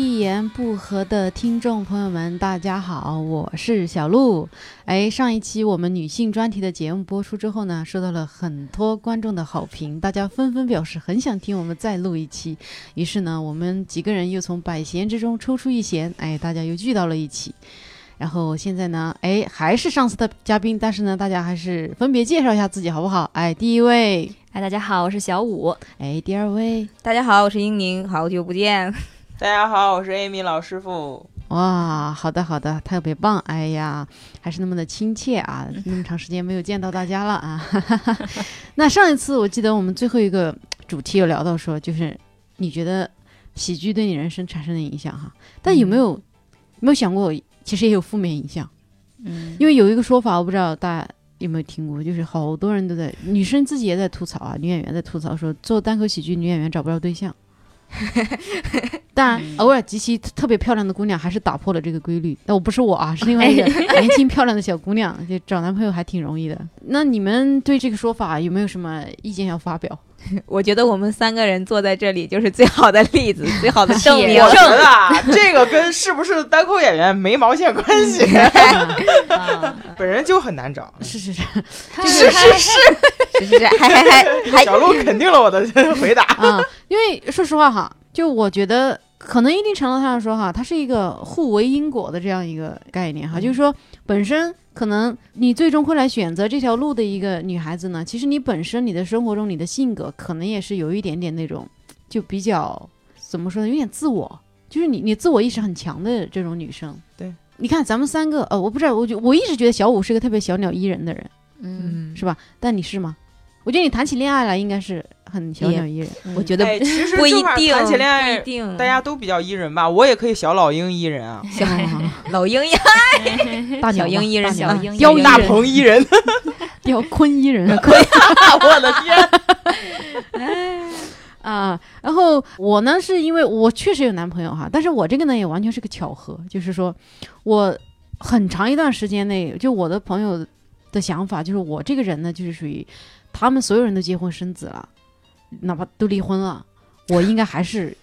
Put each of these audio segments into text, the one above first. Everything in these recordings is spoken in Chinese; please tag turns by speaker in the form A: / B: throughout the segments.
A: 言不合的听众朋友们，大家好，我是小鹿。哎，上一期我们女性专题的节目播出之后呢，收到了很多观众的好评，大家纷纷表示很想听我们再录一期。于是呢，我们几个人又从百闲之中抽出一闲，哎，大家又聚到了一起。然后现在呢，哎，还是上次的嘉宾，但是呢，大家还是分别介绍一下自己好不好？哎，第一位，
B: 哎，大家好，我是 小五。
A: 哎，第二位，
C: 大家好，我是英宁，好久不见。
D: 大家好，我是 Amy 老师傅。
A: 哇，好的好的，特别棒！哎呀，还是那么的亲切啊，那么长时间没有见到大家了啊。 那上一次我记得我们最后一个主题有聊到说，就是你觉得喜剧对你人生产生的影响哈，但有没有、有没有想过，其实也有负面影响？
B: 嗯，
A: 因为有一个说法，我不知道大家有没有听过，就是好多人都在，女生自己也在吐槽啊，女演员在吐槽说做单口喜剧，女演员找不着对象。当然，偶尔极其特别漂亮的姑娘还是打破了这个规律。那我不是我啊，是另外一个年轻漂亮的小姑娘，就找男朋友还挺容易的。那你们对这个说法有没有什么意见要发表？
C: 我觉得我们三个人坐在这里就是最好的例 子，最好的证明。
D: 我觉得啊，这个跟是不是单口演员没毛线关系，
C: 嗯
D: 本人就很难找。
A: 是是是
B: 是啊是是，
C: 是是是，还还还还
D: 小鹿肯定了我的 回答。
A: 啊、因为说实话哈，就我觉得可能一定程度上说哈，它是一个互为因果的这样一个概念哈，就是说本身可能你最终会来选择这条路的一个女孩子呢，其实你本身你的生活中你的性格可能也是有一点点那种就比较怎么说呢，有点自我，就是你你自我意识很强的这种女生。
D: 对，
A: 你看咱们三个，呃，我不知道，我就我一直觉得小五是个特别小鸟依人的人，
B: 嗯，
A: 是吧？但你是吗？我觉得你谈起恋爱来应该是很小
C: 也
A: 鸟依人。
C: 我觉得
D: 哎，其实
C: 不一
D: 这块儿
C: 定，
D: 谈起恋爱
C: 不一，定。
D: 大家都比较依 E 人吧。我也可以小老鹰依 人啊，
C: 小老鹰呀，
A: 大
C: 小
A: 鸟嘛
C: 鹰依人，
A: 大鸟
C: 小
A: 嘛
B: 鹰
A: 雕
B: 依
A: 一
B: 人
D: 大
A: 人
D: 鹏依 E 人。
A: 雕坤一人
D: 我的 天！
A: 啊。然后我呢，是因为我确实有男朋友哈，但是我这个呢也完全是个巧合，就是说我很长一段时间内，就我的朋友的想法就是我这个人呢，就是属于他们所有人都结婚生子了，哪怕都离婚了，我应该还是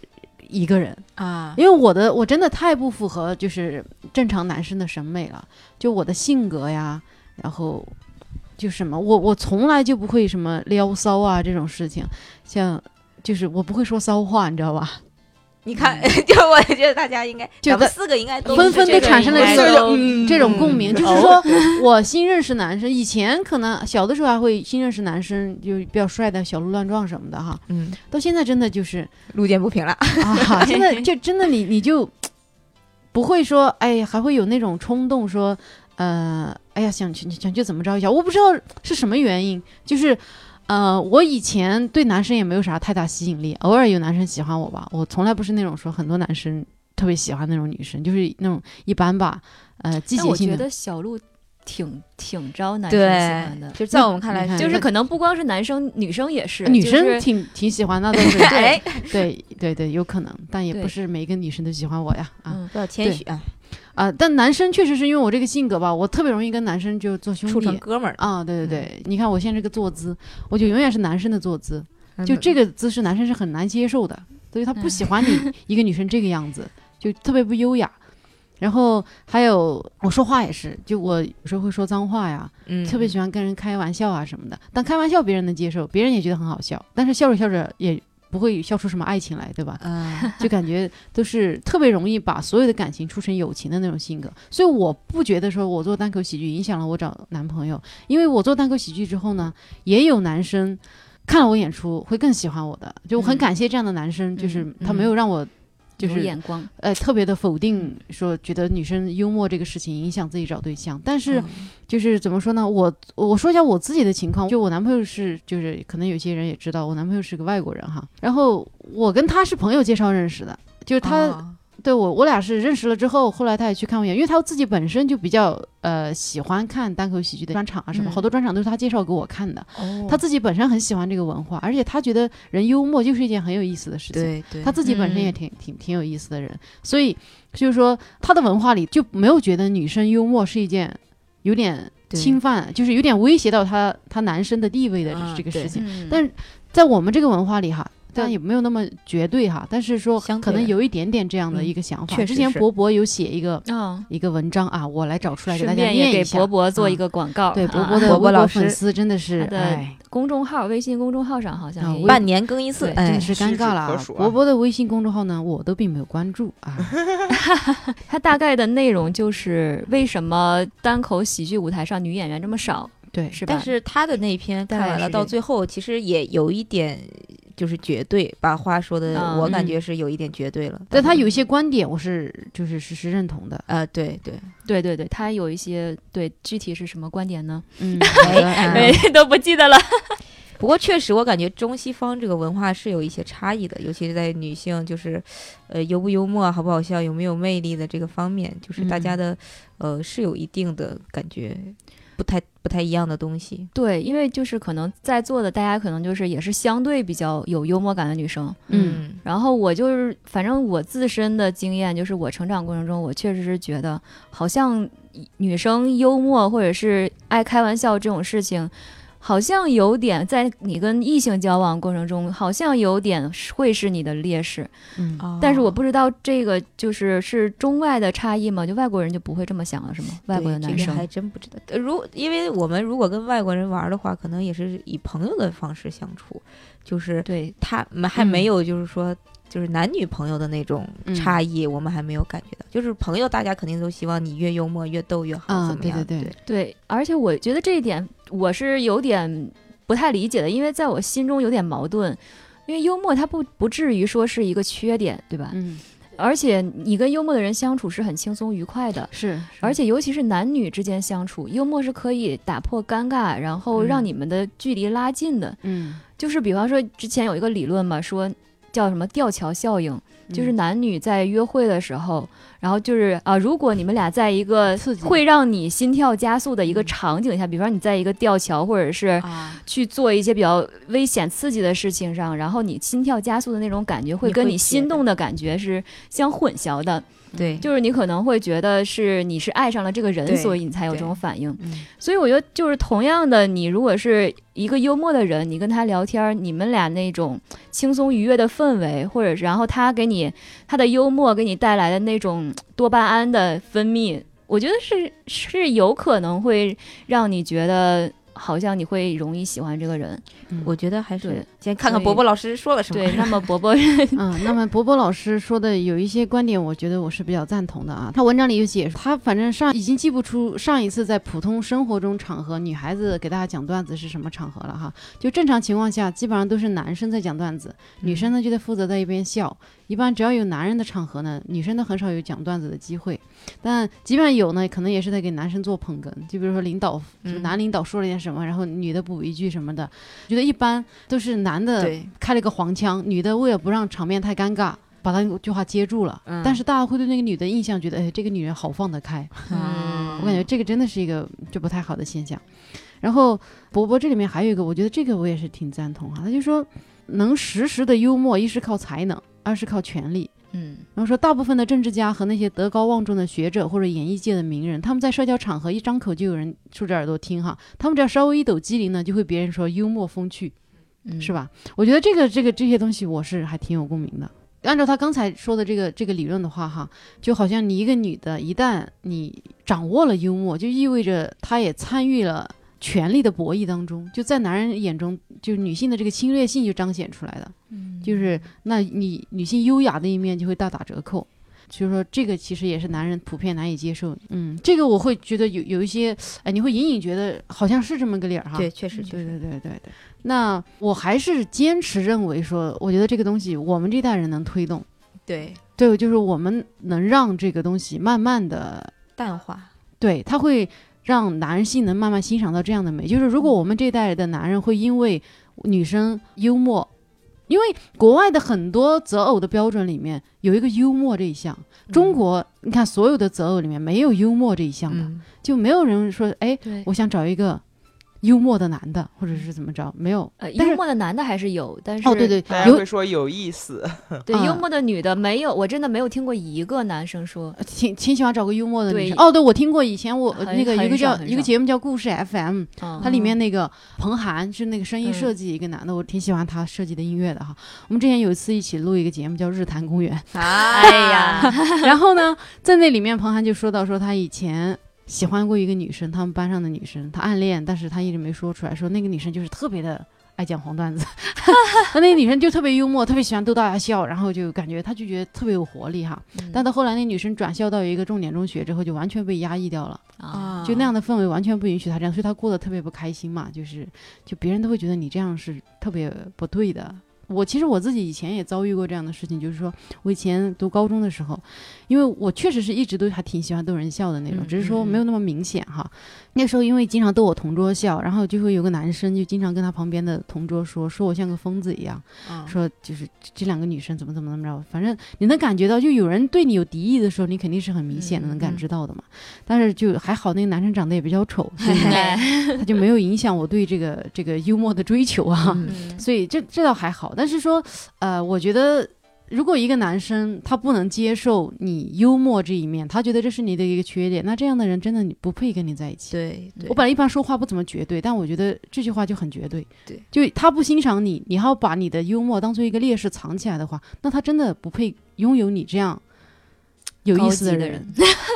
A: 一个人。
C: 啊，
A: 因为我的我真的太不符合就是正常男生的审美了，就我的性格呀，然后就什么，我我从来就不会什么撩骚啊这种事情，像就是我不会说骚话，你知道吧？
C: 你看， 就我觉得大家应该，
A: 就
C: 咱们
A: 大
C: 四个应该
A: 嗯
C: 都
A: 纷纷
C: 是这
A: 都
C: 个
A: 产生了
C: 应该
A: 这
C: 都
D: 种嗯
A: 这种共鸣，
D: 嗯
A: 就是说我新认识男生，以前可能小的时候还会新认识男生，就比较帅的小鹿乱撞什么的哈，
C: 嗯，
A: 到现在真的就是
C: 路见不平了。
A: 啊，现 在就真的你你就不会说，哎，还会有那种冲动说，呃，哎呀，想去想去怎么着一下，我不知道是什么原因，就是。呃，我以前对男生也没有啥太大吸引力，偶尔有男生喜欢我吧，我从来不是那种说很多男生特别喜欢那种女生，就是那种一般吧，呃，季
B: 但
A: 节
B: 我
A: 性
B: 觉
A: 的。
B: 得小鹿挺挺招男生喜欢的，
C: 就在我们看
A: 嗯你
C: 来，
A: 看
B: 就是可能不光是男生，女生也是，
A: 女
B: 就
A: 生
B: 是
A: 挺挺喜欢的，都 是
C: 哎，
A: 对对对，有可能，但也不
B: 对
A: 是每一个女生都喜欢我呀啊。
B: 嗯
C: 不要谦虚啊，
A: 啊、但男生确实是因为我这个性格吧，我特别容易跟男生就做兄
C: 处成
A: 弟。
C: 嗯哥们儿嗯
A: 啊、对对对，你看我现在这个坐姿，我就永远是男生的坐姿，
C: 了，
A: 就这个姿势男生是很难接受的，所以他
C: 嗯
A: 不喜欢 你一个女生这个样子，就特别不优雅。然后还有我说话也是，就我有时候会说脏话呀，
C: 嗯
A: 特别喜欢跟人开玩笑啊什么的。但开玩笑别人能接受，别人也觉得很好笑，但是笑着笑着也不会笑出什么爱情来，对吧？
C: 啊，
A: 就感觉都是特别容易把所有的感情处成友情的那种性格，所以我不觉得说我做单口喜剧影响了我找男朋友，因为我做单口喜剧之后呢，也有男生看了我演出会更喜欢我的，就我很
B: 嗯
A: 感谢这样的男生，就是
B: 嗯
A: 他没有让我就
B: 有
A: 是
B: 眼光，
A: 呃特别的否定说觉得女生幽默这个事情影响自己找对象，但
C: 哦
A: 是就是怎么说呢？我我说一下我自己的情况，就我男朋友是，就是可能有些人也知道，我男朋友是个外国人哈。然后我跟他是朋友介绍认识的，就是他、
C: 啊
A: 对我，我俩是认识了之后，后来他也去看我演，因为他自己本身就比较呃喜欢看单口喜剧的专场啊什么，
B: 嗯
A: 好多专场都是他介绍给我看的。
C: 哦
A: 他自己本身很喜欢这个文化，而且他觉得人幽默就是一件很有意思的事情。
C: 对对
A: 他自己本身也
B: 嗯
A: 挺、挺挺有意思的人，所以就是说他的文化里就没有觉得女生幽默是一件有点
C: 对
A: 侵犯，就是有点威胁到他他男生的地位的这
C: 啊
A: 这个
C: 对
A: 事情。
B: 嗯
A: 但在我们这个文化里哈，但也没有那么绝对哈，但是说
B: 相对
A: 可能有一点点这样的一个想法。
C: 确实
A: 之前
C: 是
A: 博博有写一个
B: 嗯，
A: 一个文章啊，我来找出来给大
B: 顺
A: 家
B: 便
A: 念
B: 也给
A: 一下。
B: 博博做一个广告，
A: 对
B: 啊
A: 博博的
C: 博博
A: 微
C: 老
A: 博
C: 师
A: 粉丝真的是
B: 他的
A: 哎，
B: 公众号、微信公众号上好
A: 啊
B: 像也
A: 微
B: 有
C: 半年更一次
B: 对，
A: 真
C: 哎
A: 的，是
D: 屈
A: 尴
D: 指
A: 尬了
D: 可
A: 啊。
D: 数啊
A: 博博的微信公众号呢，我都并没有关注啊。
B: 它大概的内容就是为什么单口喜剧舞台上女演员这么少，
A: 对，
B: 是吧？
C: 但是他的那一篇看
B: 看
C: 完
B: 来
C: 了，
B: 是
C: 到
B: 这
C: 最后其实也有一点就是绝对，把话说的
B: 啊
C: 我感
B: 嗯
C: 觉是有一点绝对了。嗯
A: 但他有一些观点，我是就是是是认同的。
C: 呃，对 对，
B: 对对对，它有一些对具体是什么观点呢？
A: 嗯，好的
C: 哎
A: 哎
B: 哎，都不记得了。
C: 不过确实我感觉中西方这个文化是有一些差异的，尤其是在女性就是，呃，幽不幽默、好不好笑、有没有魅力的这个方面，就是大家
B: 嗯
C: 的，呃，是有一定的感觉，不太不太一样的东西。
B: 对，因为就是可能在座的大家可能就是也是相对比较有幽默感的女生，
A: 嗯，
B: 然后我就是，反正我自身的经验就是，我成长过程中，我确实是觉得，好像女生幽默或者是爱开玩笑这种事情，好像有点在你跟异性交往过程中，好像有点会是你的劣势。
A: 嗯，
C: 哦
B: 但是我不知道这个就是是中外的差异吗？就外国人就不会这么想了是吗？外国的
C: 对
B: 男
C: 这个
B: 生、
C: 还真不知道。呃如因为我们如果跟外国人玩的话，可能也是以朋友的方式相处，就是
B: 对
C: 他们还没有就是说。就是男女朋友的那种
A: 嗯
C: 差异，我们还没有感觉到。就是朋友，大家肯定都希望你越幽默越逗越好，
A: 啊
C: 怎么
A: 对
C: 样？
A: 对对
B: 对，而且我觉得这一点我是有点不太理解的，因为在我心中有点矛盾。因为幽默它不不至于说是一个缺点，对吧？
A: 嗯，
B: 而且你跟幽默的人相处是很轻松愉快的，
A: 是，
B: 而且尤其是男女之间相处，幽默是可以打破尴尬，然后让
A: 嗯
B: 你们的距离拉近的。
A: 嗯，
B: 就是比方说之前有一个理论嘛，说叫什么吊桥效应，就是
A: 嗯
B: 男女在约会的时候，然后就是啊，如果你们俩在一个
A: 刺激
C: 嗯
B: 会让你心跳加速的一个
A: 嗯
B: 场景下，比方说你在一个吊桥或者是
A: 啊，
B: 去做一些比较危险刺激的事情上，然后你心跳加速的那种感觉会
C: 你
B: 跟
C: 会
B: 你
C: 觉
B: 心
C: 得
B: 动的感觉是相混淆的，
C: 对，
B: 就是你可能会觉得是你是爱上了这个人，
C: 对
B: 所以你才有这
C: 对
B: 种反应。
A: 嗯
B: 所以我觉得就是同样的，你如果是一个幽默的人，你跟他聊天儿，你们俩那种轻松愉悦的氛围，或者是然后他给你他的幽默给你带来的那种多巴胺的分泌，我觉得是是有可能会让你觉得好像你会容易喜欢这个人。
C: 我觉得还是
B: 对
C: 先看
B: 所
C: 看
B: 以
C: 伯伯老师说了什么。
B: 对， 那么 伯伯
A: 嗯，那么博博老师说的有一些观点，我觉得我是比较赞同的啊。他文章里有解说，他反正上已经记不出上一次在普通生活中场合，女孩子给大家讲段子是什么场合了哈。就正常情况下，基本上都是男生在讲段子，女生呢就在负责在一边笑。一般只要有男人的场合呢，女生都很少有讲段子的机会。但即便有呢，可能也是在给男生做捧哏，就比如说领导，就是
C: 嗯
A: 男领导说了点什么，然后女的补一句什么的。觉得一般都是男的
C: 对
A: 开了个黄腔，女的为了不让场面太尴尬，把她那句话接住了。
C: 嗯
A: 但是大家会对那个女的印象觉得，哎，这个女人好放得开。
C: 嗯
A: 我感觉这个真的是一个就不太好的现象。然后博博这里面还有一个，我觉得这个我也是挺赞同哈、啊他就说能实时的幽默，一是靠才能，二是靠权力。
B: 嗯
A: 然后说，大部分的政治家和那些德高望重的学者或者演艺界的名人，他们在社交场合一张口就有人竖着耳朵听哈，他们只要稍微一抖机灵呢，就会别人说幽默风趣，
B: 嗯
A: 是吧？我觉得这个这个这些东西我是还挺有共鸣的。按照他刚才说的这个这个理论的话，哈，就好像你一个女的，一旦你掌握了幽默，就意味着她也参与了权力的博弈当中，就在男人眼中，就女性的这个侵略性就彰显出来了。
C: 嗯
A: 就是那你女性优雅的一面就会大打折扣。所以说，这个其实也是男人普遍难以接受。嗯，这个我会觉得有有一些，哎，你会隐隐觉得好像是这么个理儿哈。
C: 对，确实确
A: 嗯对
C: 实，
A: 对对对对。那我还是坚持认为说，我觉得这个东西我们这代人能推动，
C: 对
A: 对，就是我们能让这个东西慢慢的，
C: 淡化，
A: 对，它会让男性能慢慢欣赏到这样的美。就是如果我们这代的男人会因为女生幽默，因为国外的很多择偶的标准里面有一个幽默这一项，中国你看所有的择偶里面没有幽默这一项的，
C: 嗯
A: 就没有人说，哎，
B: 对
A: 我想找一个幽默的男的，或者是怎么着，没有。
B: 呃，
A: 但是
B: 幽默的男的还是有，但是
A: 哦，对对
D: 大，家
A: 有
D: 会说有意思，
B: 对
A: 嗯
B: 幽默的女的没有，我真的没有听过一个男生说
A: 挺挺喜欢找个幽默的女
B: 对
A: 生。哦，对，我听过以前我呃
B: 很
A: 那个一个
B: 很少
A: 叫
B: 很
A: 一个
B: 少
A: 节目叫故事 FM，
B: 啊
A: 它里面那个彭涵是那个
B: 嗯
A: 声音设计一个男的，我挺喜欢他设计的音乐的哈。我们之前有一次一起录一个节目叫《日坛公园
C: 哎
B: 哎呀，》，
A: 然后呢，在那里面彭涵就说到说他以前。喜欢过一个女生，他们班上的女生，他暗恋，但是他一直没说出来，说那个女生就是特别的爱讲黄 段子，那那个女生就特别幽默，特别喜欢逗大家笑，然后就感觉他就觉得特别有活力哈。 但到后来那女生转校到一个重点中学之后，就完全被压抑掉了。
B: 啊，
A: 就那样的氛围完全不允许他这样，所以他过得特别不开心嘛，就是就别人都会觉得你这样是特别不对的。我其实我自己以前也遭遇过这样的事情，就是说我以前读高中的时候，因为我确实是一直都还挺喜欢逗人笑的那种，
B: 嗯
A: 只是说
B: 嗯嗯
A: 没有那么明显哈。那时候因为经常逗我同桌笑，然后就会有个男生就经常跟他旁边的同桌说，说我像个疯子一样，
B: 嗯
A: 说就是这这两个女生怎么怎么怎么着，反正你能感觉到，就有人对你有敌意的时候，你肯定是很明显的
B: 嗯
A: 能感
B: 嗯
A: 知到的嘛。但是就还好，那个男生长得也比较丑，所以
B: 哎
A: 他就没有影响我对这个这个幽默的追求啊。
B: 嗯
A: 所以这这倒还好，但是说，呃，我觉得如果一个男生他不能接受你幽默这一面，他觉得这是你的一个缺点，那这样的人真的你不配跟你在一起。
C: 对对
A: 我本来一般说话不怎么绝对，但我觉得这句话就很绝对。
C: 对，
A: 就他不欣赏你，你还要把你的幽默当做一个劣势藏起来的话，那他真的不配拥有你这样有意思
B: 高级的
A: 人。
B: 人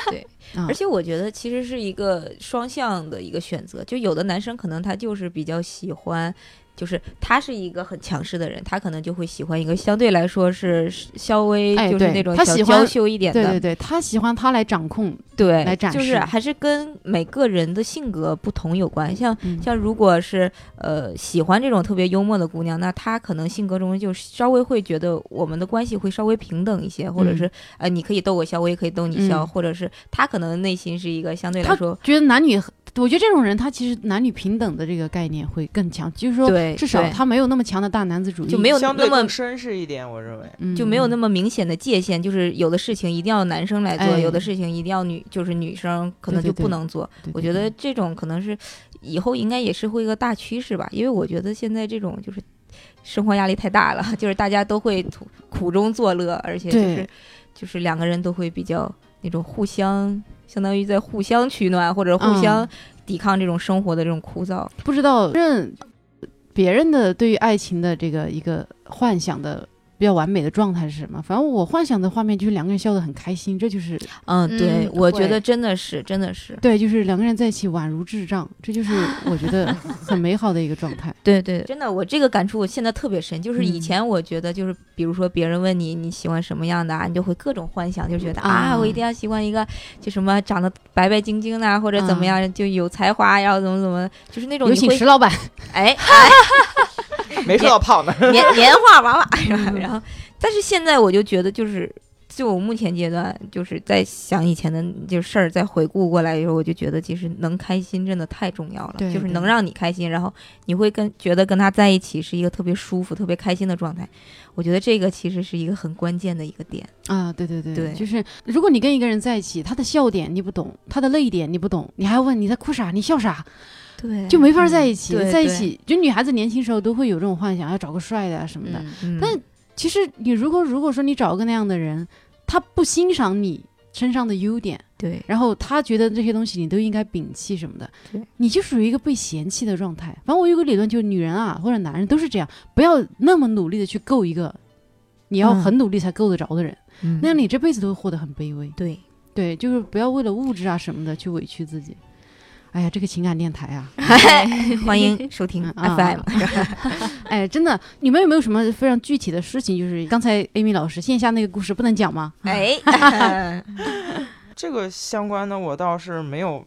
C: 对
A: 啊，
C: 而且我觉得其实是一个双向的一个选择，就有的男生可能他就是比较喜欢。就是他是一个很强势的人，他可能就会喜欢一个相对来说是稍微
A: 哎
C: 就是
A: 对
C: 那种
A: 他
C: 小
A: 喜欢
C: 娇羞一点的，
A: 对对对，他喜欢他来掌控，
C: 对
A: 来展
C: 就是
A: 示
C: 还是跟每个人的性格不同有关。像
A: 嗯
C: 像如果是呃喜欢这种特别幽默的姑娘，那她可能性格中就稍微会觉得我们的关系会稍微平等一些，或者
A: 嗯
C: 是呃你可以逗我笑，我也可以逗你笑，
A: 嗯
C: 或者是她可能内心是一个相对来
A: 她
C: 说
A: 觉得男女，我觉得这种人他其实男女平等的这个概念会更强，就是说
C: 对
A: 至少
C: 对
A: 他没有那么强的大男子主义，
C: 就没有
D: 相对
C: 那么
D: 更绅士一点，我认 为。
A: 嗯
C: 就没有那么明显的界限，就是有的事情一定要男生来做，
A: 哎
C: 有的事情一定要女就是女生可能
A: 对对
C: 就
A: 对
C: 不能做。
A: 对对
C: 我觉
A: 对
C: 得这种可能是以后应该也是会一个大趋势吧，因为我觉得现在这种就是生活压力太大了， 就是大家都会苦苦中作乐，而且就是
A: 对
C: 就是两个人都会比较那种互相，相当于在互相取暖或者互
A: 嗯
C: 相抵抗这种生活的这种枯燥。
A: 不知道认别人的对于爱情的这个一个幻想的比较完美的状态是什么？反正我幻想的画面就是两个人笑得很开心，这 就是
C: 嗯，对，
B: 嗯
C: 我觉
B: 会
C: 得真的是真的是，
A: 对，就是两个人在一起宛如智障，这就是我觉得很美好的一个状 态。
C: 对对，真的，我这个感触我现在特别深，就是以
A: 嗯
C: 前我觉得就是，比如说别人问你你喜欢什么样的啊，你就会各种幻想，就觉得啊，
A: 啊
C: 我一定要喜欢一个就什么长得白白净净的啊，或者怎么样，就有才华，然后怎么怎么，就是那种
A: 嗯有
C: 你
A: 请
C: 会
A: 石老板，
C: 哎
D: 没说到胖的，
C: 年年画娃娃，
A: 嗯
C: 然后然后，但是现在我就觉得就是。就我目前阶段，就是在想以前的就是事儿，再回顾过来的时候，我就觉得其实能开心真的太重要了，
A: 对
C: 就是
A: 对
C: 能让你开心，然后你会跟觉得跟他在一起是一个特别舒服、特别开心的状态。我觉得这个其实是一个很关键的一个点。
A: 啊，对对对，
C: 对
A: 就是如果你跟一个人在一起，他的笑点你不懂，他的泪点你不懂，你还要问你在哭啥，你笑啥，
C: 对
A: 就没法在一起。
C: 嗯对
A: 在一起，就女孩子年轻时候都会有这种幻想，要找个帅的啊什么的。
B: 嗯
C: 嗯
A: 但其实你如果如果说你找个那样的人，他不欣赏你身上的优点，
C: 对
A: 然后他觉得这些东西你都应该摒弃什么的
C: 对，
A: 你就属于一个被嫌弃的状态。反正我有个理论，就是女人啊或者男人都是这样，不要那么努力的去够一个，你要
C: 嗯
A: 很努力才够得着的人，那样
C: 嗯
A: 你这辈子都会活得很卑微。
C: 对
A: 对，就是不要为了物质啊什么的去委屈自己。哎呀，这个情感电台 啊，
C: 欢迎收听
A: 嗯啊
C: FM，
A: 哎，真的，你们有没有什么非常具体的事情？就是刚才 Amy 老师线下那个故事不能讲吗？
C: 哎，
D: 这个相关的我倒是没有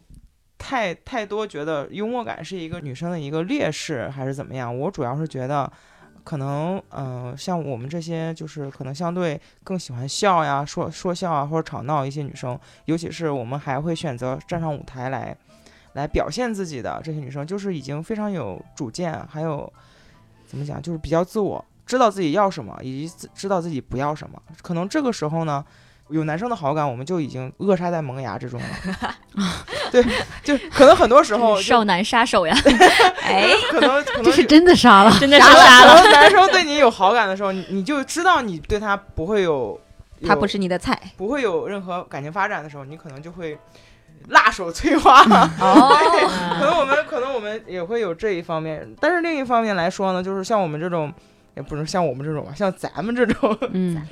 D: 太太多觉得幽默感是一个女生的一个劣势还是怎么样。我主要是觉得，可能呃，像我们这些就是可能相对更喜欢笑呀、说说笑啊或者吵闹一些女生，尤其是我们还会选择站上舞台来来表现自己的这些女生，就是已经非常有主见，还有怎么讲，就是比较自我，知道自己要什么以及自知道自己不要什么。可能这个时候呢，有男生的好感，我们就已经扼杀在萌芽之中了。 对，就可能很多时候，就
B: 嗯少男杀手呀，
C: 哎，
D: 可能可
A: 这
D: 能
A: 是真的杀了，
B: 真的是
C: 杀
B: 杀了。
D: 可能男生对你有好感的时候，你你就知道你对他不会有，有
C: 他不是你的菜
D: 不会有任何感情发展的时候，你可能就会辣手摧花。
C: 哦，
D: 可能我们可能我们也会有这一方面，但是另一方面来说呢，就是像我们这种，也不是像我们这种吧，像咱们这种，
A: 嗯，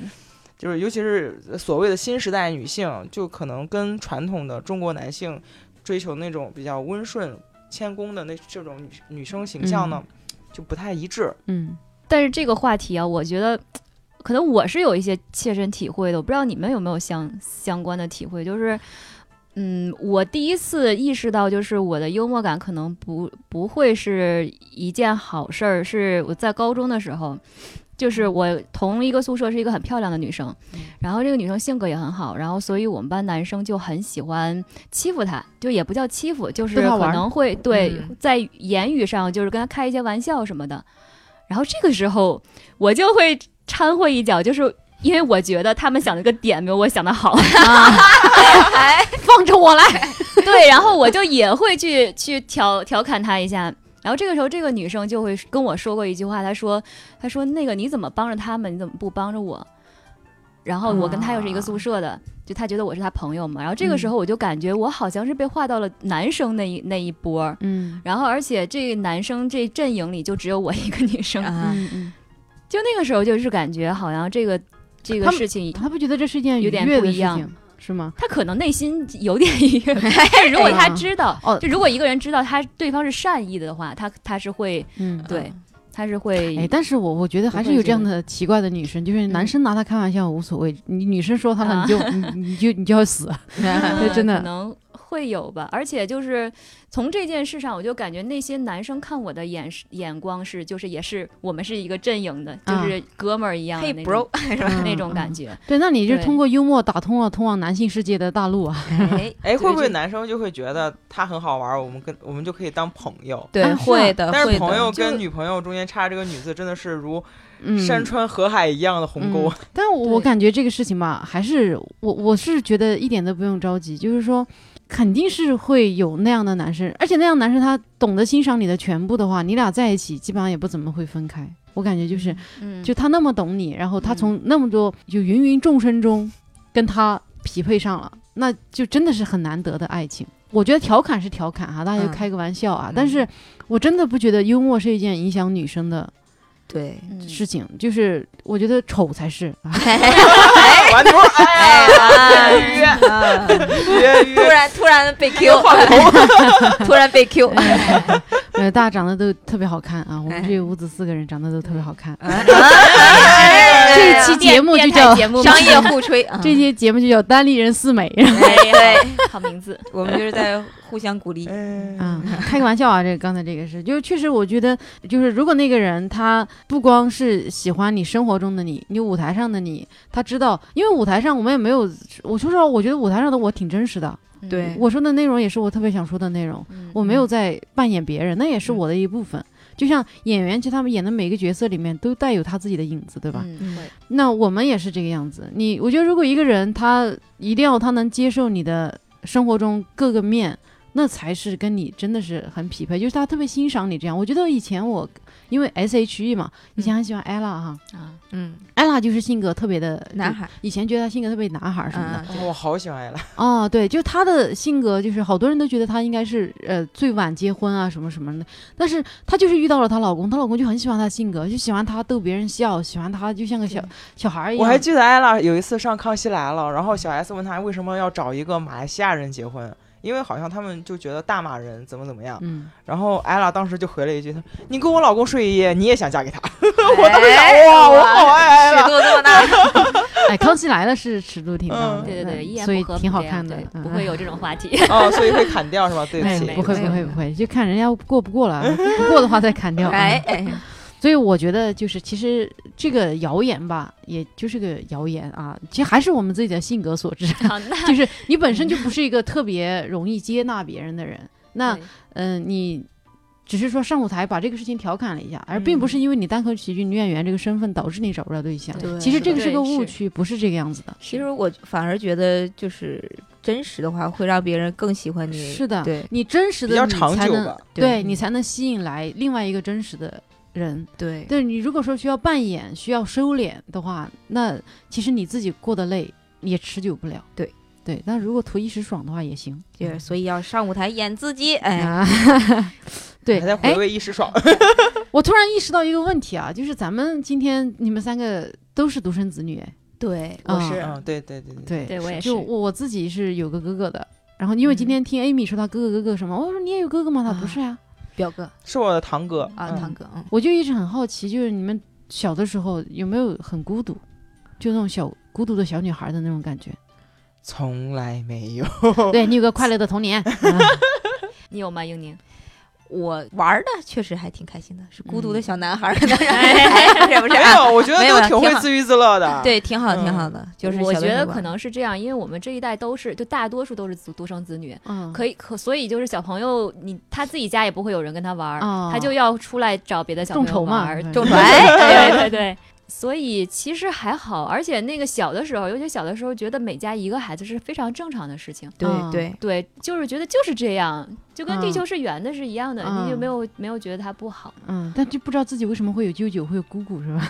D: 就是尤其是所谓的新时代女性，就可能跟传统的中国男性追求那种比较温顺、谦恭的那这种女女生形象呢，
C: 嗯
D: 就不太一致。
A: 嗯，
B: 但是这个话题啊，我觉得可能我是有一些切身体会的，我不知道你们有没有相相关的体会，就是。嗯，我第一次意识到，就是我的幽默感可能不不会是一件好事儿。是我在高中的时候，就是我同一个宿舍是一个很漂亮的女生，
A: 嗯
B: 然后这个女生性格也很好，然后所以我们班男生就很喜欢欺负她，就也不叫欺负，就是
A: 逗她玩
B: 可
A: 儿
B: 能会对、
D: 嗯
B: 在言语上就是跟她开一些玩笑什么的。然后这个时候我就会掺和一脚，就是因为我觉得他们想的这个点没有我想的好，
C: 哎，
A: 放着我来，
B: 对，然后我就也会去去调调侃他一下。然后这个时候，这个女生就会跟我说过一句话，她说：“她说那个你怎么帮着他们，你怎么不帮着我？”然后我跟她又是一个宿舍的，就她觉得我是她朋友嘛。然后这个时候我就感觉我好像是被划到了男生那一那一波儿。
A: 嗯
B: 然后而且这个男生这阵营里就只有我一个女生，
C: 啊，
A: 嗯嗯，
B: 就那个时候就是感觉好像这个这个
A: 他们
B: 事情
A: 他不觉得这是一件愉
B: 有点
A: 悦
B: 不
A: 的
B: 一
A: 事
B: 样
A: 情是吗？
B: 他可能内心有点愉悦，但如果他知道，
A: 哎哦
B: 就如果一个人知道他对方是善意的话，他他是会
A: 嗯，
B: 对，他是会，
A: 哎，但是我我觉得还嗯是有这样的奇怪的女生，就是男生拿她开玩笑无所谓，你女生说她了，你 就你你就你就要死，
B: 嗯
A: 真的
B: 可能会有吧。而且就是从这件事上，我就感觉那些男生看我的眼是眼光是，就是也是我们是一个阵营的，
A: 嗯
B: 就是哥们儿一样的
C: 嘿
B: 那种
C: ，bro，是吧？
B: 那种感
A: 觉。
B: 觉。
A: 对，那你就
B: 对
A: 通过幽默打通了通往男性世界的大路啊！
C: 哎，
D: 哎，会
B: 对
D: 不会
B: 这
D: 男生就会觉得他很好玩儿，我们跟我们就可以当朋友？
C: 对，
A: 啊是啊
C: 会的，
D: 但
C: 呃会
D: 是
C: 的
D: 朋友
C: 就
D: 跟女朋友中间插这个“女”字，真的是如
A: 嗯，
D: 山川河海一样的鸿沟。
A: 嗯但我我
B: 对
A: 感觉这个事情吧，还是我我是觉得一点都不用着急，就是说肯定是会有那样的男生，而且那样男生他懂得欣赏你的全部的话，你俩在一起基本上也不怎么会分开。我感觉就是，
B: 嗯，
A: 就他那么懂你，然后他
B: 嗯
A: 从那么多就芸芸众生中跟他匹配上了，那就真的是很难得的爱情。我觉得调侃是调侃哈、大家就
C: 嗯
A: 开个玩笑啊，
C: 嗯
A: 但是我真的不觉得幽默是一件影响女生的
C: 对，
B: 嗯
A: 事情，就是我觉得丑才是。啊
D: 完犊儿，哎呀，
C: 哎
D: 约约
C: 啊，
D: 约
C: 突
D: 约，
C: 然突然被 Q，突然被 Q，
A: 呃，大家长得都特别好看啊！我们
C: 哎嗯
A: 这屋子四个人长得都特别好看。
C: 这
B: 哎
A: 这期节目就叫
B: 电台节目嘛
C: 啊商业互吹啊，
A: 这期节目就叫单立人四美
C: 哎对，
B: 好名字，
C: 我们就是在互相鼓 励，
D: 哎
A: 啊，开个玩笑啊！这刚才这个是，就是确实我觉得，就是如果那个人他不光是喜欢你生活中的你，你舞台上的你，他知道，因为舞台上我们也没有，我说实话，我觉得舞台上的我挺真实的，
B: 嗯
C: 对
A: 我说的内容也是我特别想说的内容，
B: 嗯
A: 我没有在扮演别人，那也是
C: 嗯
A: 我的一部分。就像演员，其实他们演的每个角色里面都带有他自己的影子，对吧？
B: 嗯会
A: 那我们也是这个样子。你，我觉得如果一个人他一定要他能接受你的生活中各个面，那才是跟你真的是很匹配，就是他特别欣赏你这样。我觉得以前我因为 S H E 嘛，以前很喜欢 ella 哈、
B: 啊，
C: 嗯，
A: e l l a 就是性格特别的
C: 男，孩，
A: 以前觉得他性格特别男孩儿什么的。
C: 嗯，
D: 我好喜欢艾拉。
A: 哦，对，就他的性格，就是好多人都觉得他应该是呃最晚结婚啊什么什么的，但是她就是遇到了她老公，她老公就很喜欢她性格，就喜欢她逗别人笑，喜欢她就像个小
B: 对
A: 小孩儿一样。
D: 我还记得艾拉有一次上《康熙来了》，然后小 S 问他为什么要找一个马来西亚人结婚，因为好像他们就觉得大马人怎么怎么样。
A: 嗯，
D: 然后艾拉当时就回了一句：“她你跟我老公睡一夜，你也想嫁给他？”
C: 我
D: 当时想，哇，我好爱艾
C: 哎尺
D: 拉。
C: 度这么大，
A: 哎，康熙来了是尺度挺大的，
D: 嗯
B: 对对对，一言
A: 所
B: 不
A: 以
B: 合
A: 挺
B: 不
A: 好
B: 这样
A: 看的
B: 对，
A: 嗯
B: 不会有这种话 题。
D: 哦，所以会砍掉是吧？对
A: 哎
D: 不，
B: 没
A: 不
D: 起，
A: 会
C: 没
A: 不会
C: 有
A: 不会，就看人家过不过 了，不过的话再砍掉。
C: 哎
A: 啊
C: 哎，
A: 所以我觉得就是，其实这个谣言吧，也就是个谣言啊，其实还是我们自己的性格所致，啊
B: 好， 那
A: 就是你本身就不是一个特别容易接纳别人的人，那
B: 对
A: 嗯、呃你只是说上舞台把这个事情调侃了一下，而并
B: 嗯
A: 不是因为你单口喜剧女演员这个身份导致你找不着对象。
C: 对
A: 其实这个是
B: 对
A: 个误
B: 是
A: 区，不是这个样子的。
C: 其实我反而觉得，就是真实的话，会让别人更喜欢你。
A: 是的，
C: 对
A: 你真实
D: 比
A: 的
D: 较
A: 你
D: 长
A: 才
D: 久
A: 能
D: 吧。
A: 对
C: 对嗯
A: 你才能吸引来另外一个真实的人。
C: 对
A: 对你如果说需要扮演、需要收敛的话，那其实你自己过得累也持久不了。
C: 对
A: 对，但如果图一时爽的话也行。嗯
C: 对，所以要上舞台演自己。哎，
A: 啊，对，
D: 还在
A: 哎
D: 回，味一时爽。
A: 我突然意识到一个问题啊，就是咱们今天你们三个都是独生子女，哎
C: 对，我
A: 啊
C: 是、
D: 嗯，对对对
A: 对
D: 对，
B: 对我也是
A: 就我我自己是有个哥哥的。然后因为今
C: 嗯
A: 天听 Amy 说她哥哥哥哥什么，我说你也有哥哥吗？他
C: 啊
A: 不是呀、
C: 表哥
D: 是我的堂哥
C: 啊，
D: 嗯
C: 堂哥，嗯，
A: 我就一直很好奇，就是你们小的时候有没有很孤独，就那种小孤独的小女孩的那种感觉？
D: 从来没有。
A: 对你有个快乐的童年，啊
B: 你有吗，英宁？
C: 我玩的确实还挺开心的，是孤独的
A: 嗯
C: 小男孩儿， 当然哎是不是
D: 没
C: 啊？
D: 有， 我觉得
C: 没有
D: 都
C: 了
D: 挺
C: 挺
D: 会
C: 好
D: 自娱自乐的。
C: 对，挺好，
D: 嗯
C: 挺好的，就是
B: 我
C: 小的
B: 觉得
C: 时候
B: 可
C: 玩
B: 能是这样，因为我们这一代都是，就大多数都是独独生子女，
A: 嗯，
B: 可以可所以就是小朋友，你他自己家也不会有人跟他玩儿，
A: 哦
B: 他就要出来找别的小朋
A: 众
B: 友
A: 筹
B: 玩
A: 嘛
B: 儿，，
A: 对
C: 众筹，
B: 对
C: 哎，
B: 对对。所以其实还好，而且那个小的时候，尤其小的时候，觉得每家一个孩子是非常正常的事情。
C: 对
A: 嗯
C: 对对
B: 对，就是觉得就是这样，就跟地球是圆的是一样的，
A: 嗯
B: 你就没有没有觉得它不好。
A: 嗯，但就不知道自己为什么会有舅舅，会有姑姑，是吧？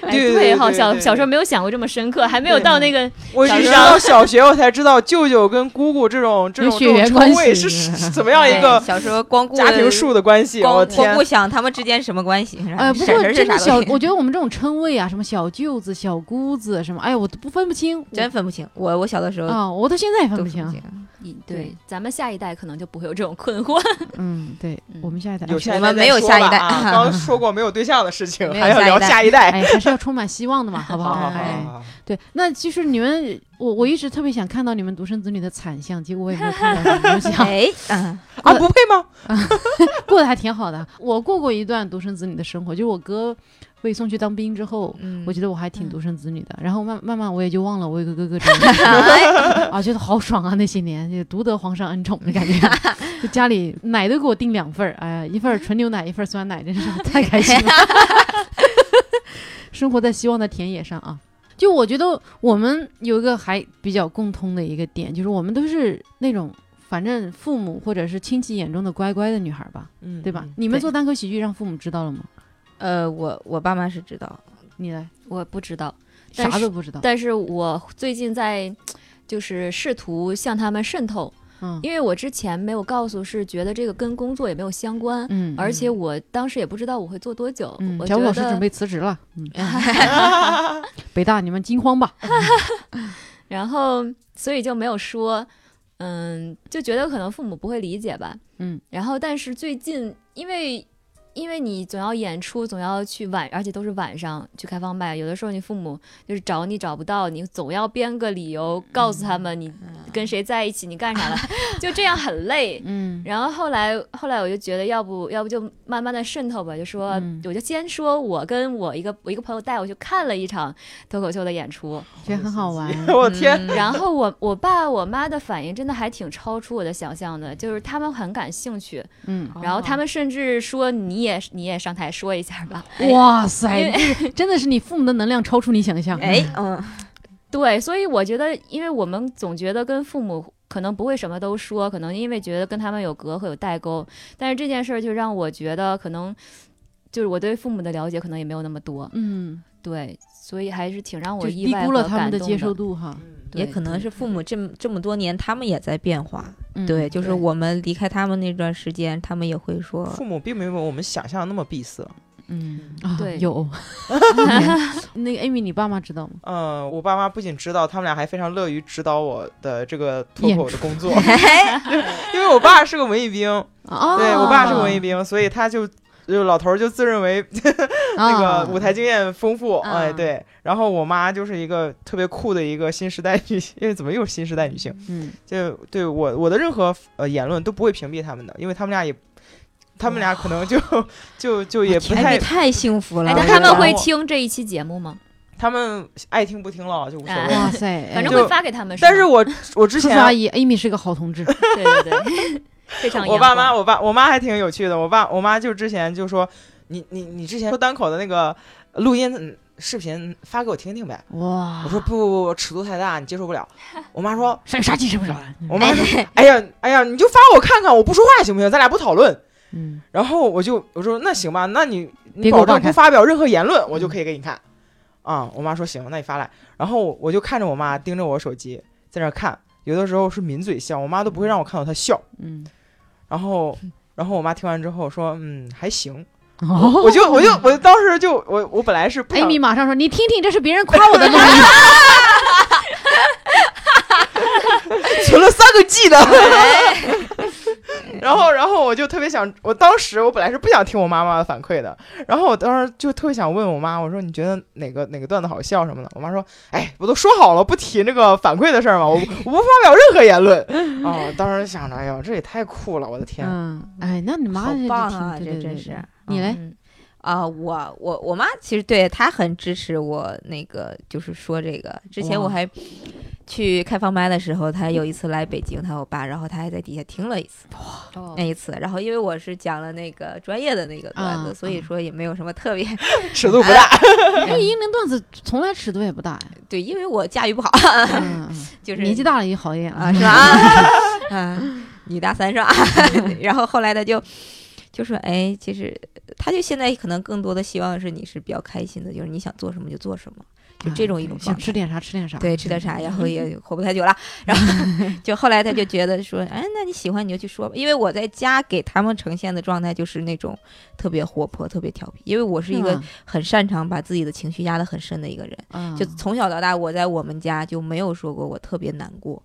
B: 哎，
D: 对对
B: 哈，
D: 对
B: 小
D: 对
B: 小时候没有想过这么深刻，还没有
D: 对
B: 到
A: 嗯
B: 那个
D: 我一直
B: 小时候
D: 到小学我才知道舅舅跟姑姑这种这
A: 有
D: 种
A: 血
D: 这种
A: 缘
D: 称
A: 关
D: 谓
A: 系
D: 是是怎么样一个
C: 小时候光顾
D: 家庭树的关系？我
C: 光光
D: 天
C: 顾，想他们之间什么关系？是吧
A: 哎，不
C: 婶
A: 过
C: 婶是
A: 真的
C: 啥
A: 小
C: 东，西
A: 我觉得我们这种称谓啊，什么小舅子、小姑子什么，哎呀，我都不分不清，
C: 真分不清。我我小的时候
A: 啊，我到现在也分
C: 都
A: 不
C: 哦分不
A: 清。
C: 清，
B: 你
D: 嗯
A: 对
B: 对，咱们下一代可能就不会有这种困 惑。
A: 嗯，对
B: 嗯
A: 我们下一代，
D: 有下一代
C: 我们
D: 再
C: 没有
D: 说
C: 下一
D: 吧
C: 代
D: 啊刚刚说过没有对象的事情，
C: 没有
D: 还要
C: 下一
D: 聊
C: 代
D: 下一 代。
A: 哎，还是要充满希望的嘛，好不
D: 好好
C: 哎
A: 哎
D: 好，好
A: 对，那就是你们，我我一直特别想看到你们独生子女的惨象，结果我也没有看到。我就想
C: 哎，嗯，
D: 啊，不配吗？
A: 过得还挺好的。我过过一段独生子女的生活，就是我哥被送去当兵之后，
C: 嗯
A: 我觉
C: 得
A: 得我还挺独生子女的。然后慢慢慢我也就忘了我有个哥哥这件事啊，觉得好爽啊！那些年就独得皇上恩宠的感觉，就家里奶都给我订两份儿，哎呀，一份儿纯牛奶，一份儿酸奶，真是太开心了。 生活在希望的田野上啊。就我觉得我们有一个还比较共通的一个点，就是我们都是那种反正父母或者是亲戚眼中的乖乖的女孩儿吧，
D: 嗯
A: 对吧？
D: 嗯
A: 你们
C: 对
A: 做单口喜剧让父母知道了吗？
C: 呃，我我爸妈是知道，
A: 你来，
B: 我不知道，但
A: 啥
B: 是
A: 都不知道。
B: 但是我最近在就是试图向他们渗透，
A: 嗯
B: 因为我之前没有告诉，是觉得这个跟工作也没有相关，
A: 嗯，
B: 而且我当时也不知道我会做多久。
A: 嗯，
B: 我
A: 小
B: 觉
A: 武
B: 得
A: 老师准备辞职了。 嗯， 北大你们惊慌吧。
B: 然后所以就没有说，嗯，就觉得可能父母不会理解吧，
A: 嗯，
B: 然后但是最近因为。因为你总要演出，总要去晚，而且都是晚上去开放麦。有的时候你父母就是找你找不到，你总要编个理
A: 嗯
B: 由告诉他们你跟谁在一起，你干啥了， 就这样很累。
A: 嗯
B: 然后后来后来我就觉得，要不要不就慢慢的渗透吧，就说、
A: 嗯
B: 我就先说我跟我一个我一个朋友带我去看了一场脱口秀的演出，
A: 觉得很好玩。
D: 我天，
C: 嗯
B: 然后我我爸我妈的反应真的还挺超出我的想象的，就是他们很感兴趣，
A: 嗯，
B: 然后他们甚至说你也你也上台说一下吧。
A: 哇
B: 哎因
A: 塞，
B: 为
A: 这 真的是你父母的能量超出你想象。
C: 哎，嗯，
B: 对，所以我觉得，因为我们总觉得跟父母可能不会什么都说，可能因为觉得跟他们有隔阂有代沟，但是这件事儿就让我觉得可能就是我对父母的了解可能也没有那么多，
A: 嗯，
B: 对，所以还是挺让我
A: 就
B: 意
A: 低
B: 外
A: 估
B: 和
A: 了他们
B: 感
A: 的
B: 动
A: 接受度哈。
B: 对
C: 也可能
B: 对
C: 是父母这么这么多年，他们也在变化。
A: 嗯
C: 对，，就是
B: 对
C: 我们离开他们那段时间，他们也会说，
D: 父母并没有我们想象的那么闭塞。
A: 嗯，啊
B: 对
A: 有。 那个 Amy，你爸妈知道吗？
D: 嗯，我爸妈不仅知道，他们俩还非常乐于指导我的这个脱口的工作，
B: 哎
D: 哎因为我爸是个文艺兵，
B: 哦
A: 啊，
D: 对我爸是文艺
A: 兵，
D: 兵，所以他就。就老头儿就自认为
A: 哦
D: 那个舞台经验丰富，
A: 啊
D: 哎对，然后我妈就是一个特别酷的一个新时代女性，因为怎么又是新时代女性？
A: 嗯，
D: 就对我我的任何呃言论都不会屏蔽他们的，因为他们俩也，他们俩可能就 就就也不
C: 哎，
D: 太
C: 你，太幸福了。
B: 哎，
D: 然
B: 那
D: 后
B: 他
D: 就
B: 们
D: 让
B: 会
D: 我
B: 听这一期节目吗？
D: 他们爱听不听了就无所谓。
A: 哇塞，
B: 嗯反正
A: 哎
D: 就
B: 会发给他们吧。
D: 但是我我之
A: 叔叔
D: 前啊
A: 阿姨，Amy 是个好同志。
B: 对对对， 非常
D: 我
B: 阳
D: 爸
B: 光
D: 妈，我爸我妈还挺有趣的。我爸我妈就之前就说，你你你之前说单口的那个录音嗯视频发给我听听呗。
A: 哇
D: 我说不不不，尺度太大，你接 受不了。我妈说，
A: 杀杀鸡是不是？
D: 我妈说，哎呀哎呀，你就发我看看，我不说话行不行？咱俩不讨论。
A: 嗯，
D: 然后我就我说那行吧，那你你
A: 别给我嗯
D: 保证
A: 爸看
D: 不发表任何言论，我就可以给你看。啊、我妈说行，那你发来。然后我就看着我妈盯着我手机在那儿看，有的时候是抿嘴笑，我妈都不会让我看到她笑。
A: 嗯，
D: 然后，然后我妈听完之后说，嗯，还行。
A: 哦，
D: 我就我就我当时就我我本来是不
A: 艾 哎
D: 想
A: 米马上说：“你听听，这是别人夸我的录音。
D: 存了三个 G 的。 然后，然后我就特别想，我当时我本来是不想听我妈妈的反馈的，然后我当时就特别想问我妈，我说你觉得哪个哪个段子好笑什么的？我妈说，哎，我都说好了不提那个反馈的事儿嘛，我不我不发表任何言论。哦，我当时想着，哎呦，这也太酷了，我的”天！
A: 嗯，哎，那你妈
C: 好
A: 这
C: 棒啊
A: 挺
C: 这
A: 对对
C: 真
A: 对
C: 是
A: 对你来，
C: 嗯啊、我我我妈其实对她很支持我那个，就是说这个。之前
A: 哇
C: 我还去开放麦的时候，她有一次来北京，她和我爸，然后她还在底下听了一次
A: 哦哎
C: 那一次。然后因为我是讲了那个专业的那个段子，
A: 啊
C: 所以说也没有什么特别、
D: 尺度不大，
A: 因
C: 哎嗯
A: 为英灵段子从来尺度也不大呀，
C: 对，因为我驾驭不好，
A: 嗯嗯
C: 就是
A: 年纪大了也好一点嗯
C: 啊，是 吧？啊，啊女大三是吧？然后后来他就就说，哎，其实他就现在可能更多的希望是你是比较开心的，就是你想做什么就做什么，就这种一种
A: 啊想
C: 状态。
A: 吃点啥吃点啥，
C: 对，吃点啥，然 后也活不太久了。然后就后来他就觉得说，哎，那你喜欢你就去说吧。因为我在家给他们呈现的状态就是那种特别活泼、特别调皮，因为我是一个
A: 吗
C: 很擅长把自己的情绪压得很深的一个人。
A: 嗯
C: 就从小到大，我在我们家就没有说过我特别难过，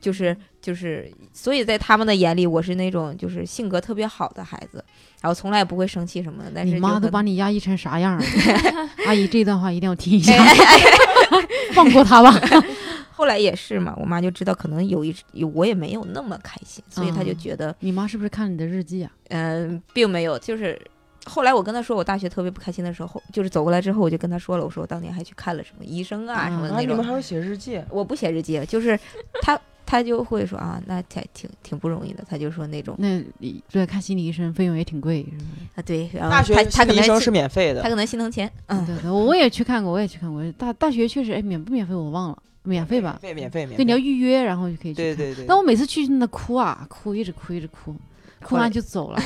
C: 就是就是，所以在他们的眼里，我是那种就是性格特别好的孩子，然后从来也不会生气什么的。但是
A: 你
C: 就
A: 妈都
C: 可
A: 把
C: 能
A: 你压抑成啥样了？ 阿姨这段话一定要听一下，放过 她吧。
C: 哎后来也是嘛，我妈就知道可能有一有我也没有那么开心，所以她就
A: 嗯
C: 觉得
A: 你妈是不是看了你的日记啊？
C: 嗯、并没有就是。后来我跟她说我大学特别不开心的时候，就是走过来之后，我就跟她说了，我说我当年还去看了什么医生啊
A: 嗯
C: 什么的
D: 啊，
C: 那
D: 你
C: 种
D: 们还会写日记？
C: 我不写日记了，就是他他就会说啊，那才挺挺不容易的。他就说那
D: 嗯
C: 种
A: 那你对看心理医生费用也挺贵，是吧
C: 啊，对，然后
D: 大学
C: 他他
D: 心
C: 可
D: 理医
C: 能
D: 生
C: 心
D: 是免费
C: 他
D: 的，
C: 可能心疼钱，嗯，
A: 对对，我也去看过，我也去看过。大大学确实，哎，免不免费我忘了，免费吧？
D: 费免费免
A: 对，你要
D: 费。
A: 预约，然后就可以去
D: 对
A: 看。
D: 对对，
A: 但我每次去那哭啊，哭，一直哭，一直哭，哭
C: 后来
A: 完就走了。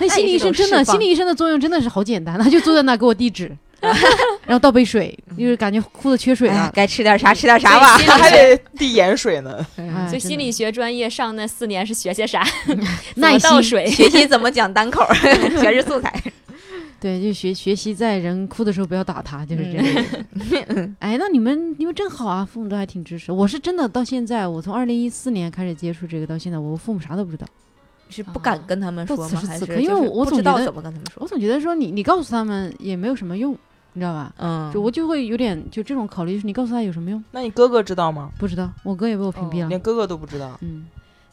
A: 那
C: 那
A: 心
C: 也
A: 理医
C: 是
A: 生
C: 种
A: 真
C: 释
A: 的，心
C: 放
A: 理医生的作用真的是好简单，他就坐在那给我递纸，然后倒杯水，就是感觉哭的缺水啊
C: 哎
D: 啊
A: 了，。
C: 该吃点啥吃点啥吧。
B: 所以
D: 他
B: 心
D: 还
B: 理学
D: 得递盐水呢。
A: 哎
B: 所
A: 真
B: 以心
A: 的
B: 理学专业上那四年是学些啥？怎么
A: 耐
B: 倒
A: 心，
B: 水。
C: 学习怎么讲单口 儿，全是素材。
A: 对，就学学习，在人哭的时候不要打他，就是 这样。
C: 嗯
A: 哎，那你们你们真好啊，父母都还挺支持。我是真的到现在，我从二零一四年开始接触这个到现在，我父母啥都不知道。
C: 是啊不敢跟他们说
A: 到此
C: 吗？
A: 时
C: 还
A: 此
C: 是
A: 刻
C: 就
A: 因
C: 是
A: 为我
C: 不
A: 总
C: 知
A: 觉
C: 道
A: 得
C: 怎么跟他们
A: 我
C: 说？
A: 总觉得说你你告诉他们也没有什么用，你知道吧？
C: 嗯
A: 就我就会有点就这种考虑，就是你告诉他有什么用？
D: 那你哥哥知道吗？
A: 不知道，我哥也被我屏蔽了。
D: 连哥哥都不知道。
A: 嗯，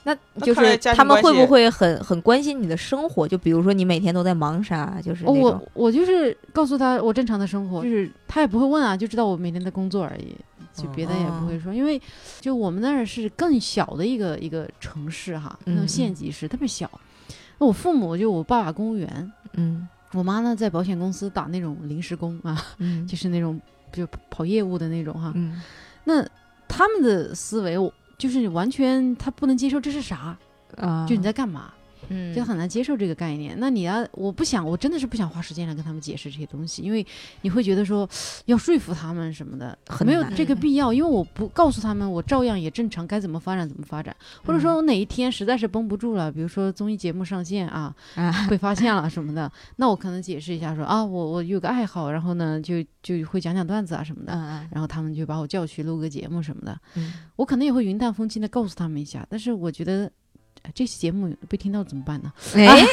C: 那
D: 那
C: 就
D: 看来
C: 是
D: 家庭
C: 他们
D: 关
C: 会
D: 系
C: 不会很很关心你的生活？就比如说你每天都在忙啥，就是
A: 哦，
C: 那嗯种
A: 我我就是告诉他我正常的生活，就是他也不会问啊，就知道我每天在工作而已，就
C: 哦
A: 别的也不会说，因为就我们那儿是更小的一个一个城市哈，那种
C: 嗯
A: 县级市特别小。那我父母就我爸爸公务员，
C: 嗯
A: 我妈呢在保险公司打那种临时工啊，
C: 嗯
A: 就是那种就跑业务的那种哈。
C: 嗯
A: 那他们的思维我就是完全他不能接受这是啥，
C: 啊，
A: 就你在干嘛。
C: 嗯
A: 就很难接受这个概念。那你要，我不想，我真的是不想花时间来跟他们解释这些东西，因为你会觉得说要说服他们什么的，
C: 很
A: 没有
C: 难哎
A: 这个必要。因为我不告诉他们，我照样也正常该怎么发展怎么发展，或者
C: 嗯
A: 说我哪一天实在是绷不住了，比如说综艺节目上线啊，
C: 啊
A: 被发现了什么的，那我可能解释一下说啊，我我有个爱好，然后呢就就会讲讲段子啊什么的。
C: 嗯
A: 然后他们就把我叫去录个节目什么的，
C: 嗯
A: 我可能也会云淡风轻的告诉他们一下，但是我觉得、哎这期节目被听到怎么办呢？
C: 嗯，哎，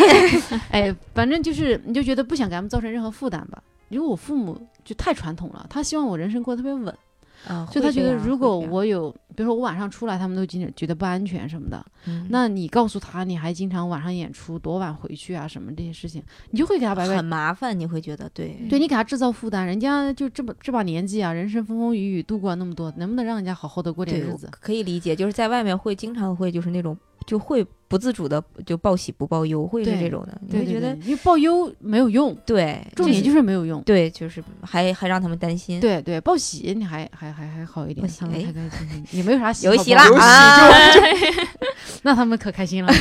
A: 哎，反正就是你就觉得不想给他们造成任何负担吧。因为我父母就太传统了，他希望我人生过得特别稳，
C: 啊
A: 所以他觉得如果，
C: 会
A: 我有，比如说我晚上出来，他们都经常觉得不安全什么的。
C: 这样会这样嗯
A: 那你告诉他你还经常晚上演出，多晚回去啊什么这些事情，你就会给他白白
C: 很麻烦，你会觉得对
A: 对你给他制造负担。人家就这么这把年纪啊，人生风风雨雨度过那么多，能不能让人家好好的过点
C: 对
A: 日
C: 我
A: 子？
C: 可以理解，就是在外面会经常会就是那种就会不自主的就报喜不报忧，会是
A: 对
C: 这种的。你
A: 对
C: 会
A: 对
C: 觉得
A: 对因为报忧没有用，
C: 对，
A: 重点
C: 就
A: 就是是没有用。
C: 对，就是还还让他们担心。
A: 对对，报喜你还还还还好一点，
C: 报喜
A: 他们
C: 哎
A: 开开心心，也没 有啥喜
C: 有
A: 好
C: 喜
A: 报
C: 啦
D: 有喜
C: 啊！
A: 那他们可开 心了。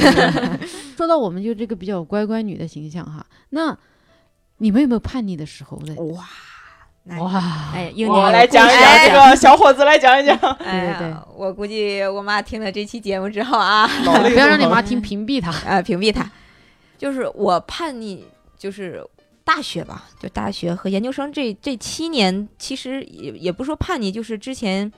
A: 说到我们就这个比较乖乖女的形象哈，那你们有没有叛逆的时候的？
C: 哇，那
A: 哇，
B: 哎，英年
D: 我
B: 有
D: 来讲一讲
C: 哎
D: 这个小伙子，来讲一讲。
C: 哎
A: 对对
C: 呀，我估计我妈听了这期节目之后啊，
D: 老泪
A: 不要让你
D: 纵横
A: 妈听，屏蔽她。
C: 啊，屏蔽她。就是我叛逆，就是大学吧，就大学和研究生这这七年，其实也也不说叛逆，就是之前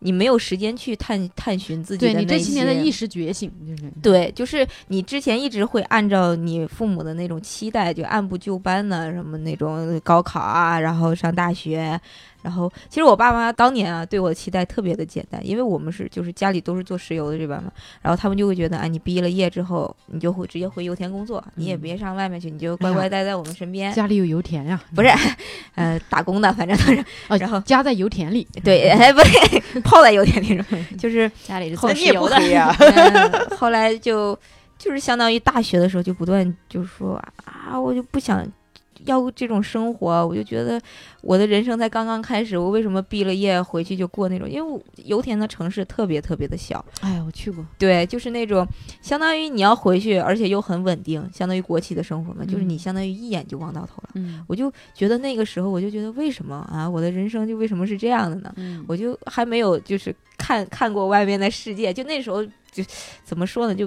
C: 你没有时间去探探寻自己
A: 对
C: 的
A: 你这
C: 那
A: 七年的
C: 些
A: 意识觉醒，就是
C: 对，就是你之前一直会按照你父母的那种期待，就按部就班的什么那种高考啊，然后上大学，然后其实我爸妈当年啊对我的期待特别的简单，因为我们是就是家里都是做石油的这边嘛，然后他们就会觉得啊，你毕了业之后你就会直接回油田工作，你也
A: 嗯
C: 别上外面去，你就
A: 哎
C: 乖
A: 呀
C: 乖待在我们身边，
A: 家里有油田呀，
C: 哎不是，呃，打工的，反正都是，
A: 啊
C: 然后
A: 家在油田里。
C: 对， 哎不对，泡在油田 那种，就是。
B: 家里是
D: 那
B: 做
D: 你
B: 石
D: 也不
B: 油的，
D: 黑呀？
C: 嗯，后来就就是相当于大学的时候就不断就说啊，我就不想要这种生活，我就觉得我的人生才刚刚开始，我为什么毕了业回去就过那种？因为我油田的城市特别特别的小，
A: 哎，我去过，
C: 对，就是那种相当于你要回去，而且又很稳定，相当于国企的生活嘛，就是你
A: 嗯
C: 相当于一眼就望到头了。
A: 嗯
C: 我就觉得那个时候，我就觉得为什么啊，我的人生就为什么是这样的呢？
A: 嗯，
C: 我就还没有就是看看过外面的世界，就那时候就怎么说呢，就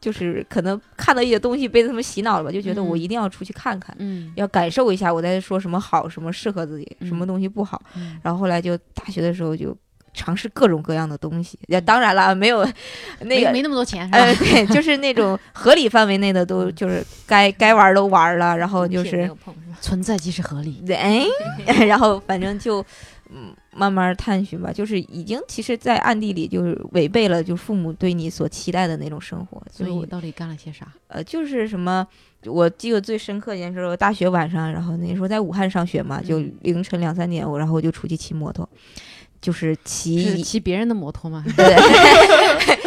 C: 就是可能看到一些东西被他们洗脑了吧，就觉得
A: 嗯
C: 我一定要出去看看，
A: 嗯
C: 要感受一下我在说什么好，什么适合自己，
A: 嗯
C: 什么东西不好。
A: 嗯
C: 然后后来就大学的时候就尝试各种各样的东西，也当然了，没有 那
A: 嗯没
C: 个
A: 没那么多钱是
C: 呃，
A: 吧？
C: 对，就是那种合理范围内的都就是该该玩儿都玩儿了，然后就
B: 品没
C: 是
B: 有碰是吧
A: 存在即是合理。
C: 对，哎 然后反正就嗯慢慢探寻吧，就是已经其实，在暗地里就是违背了就父母对你所期待的那种生活，
A: 所以
C: 就
A: 你
C: 是
A: 到底干了些啥？
C: 呃就是什么。我记得最深刻一件事，我大学晚上，然后那时候在武汉上学嘛，就
A: 嗯
C: 凌晨两三点，我然后我就出去骑摩托，就是骑
A: 是
C: 一
A: 骑别人的摩托吗？
C: 对，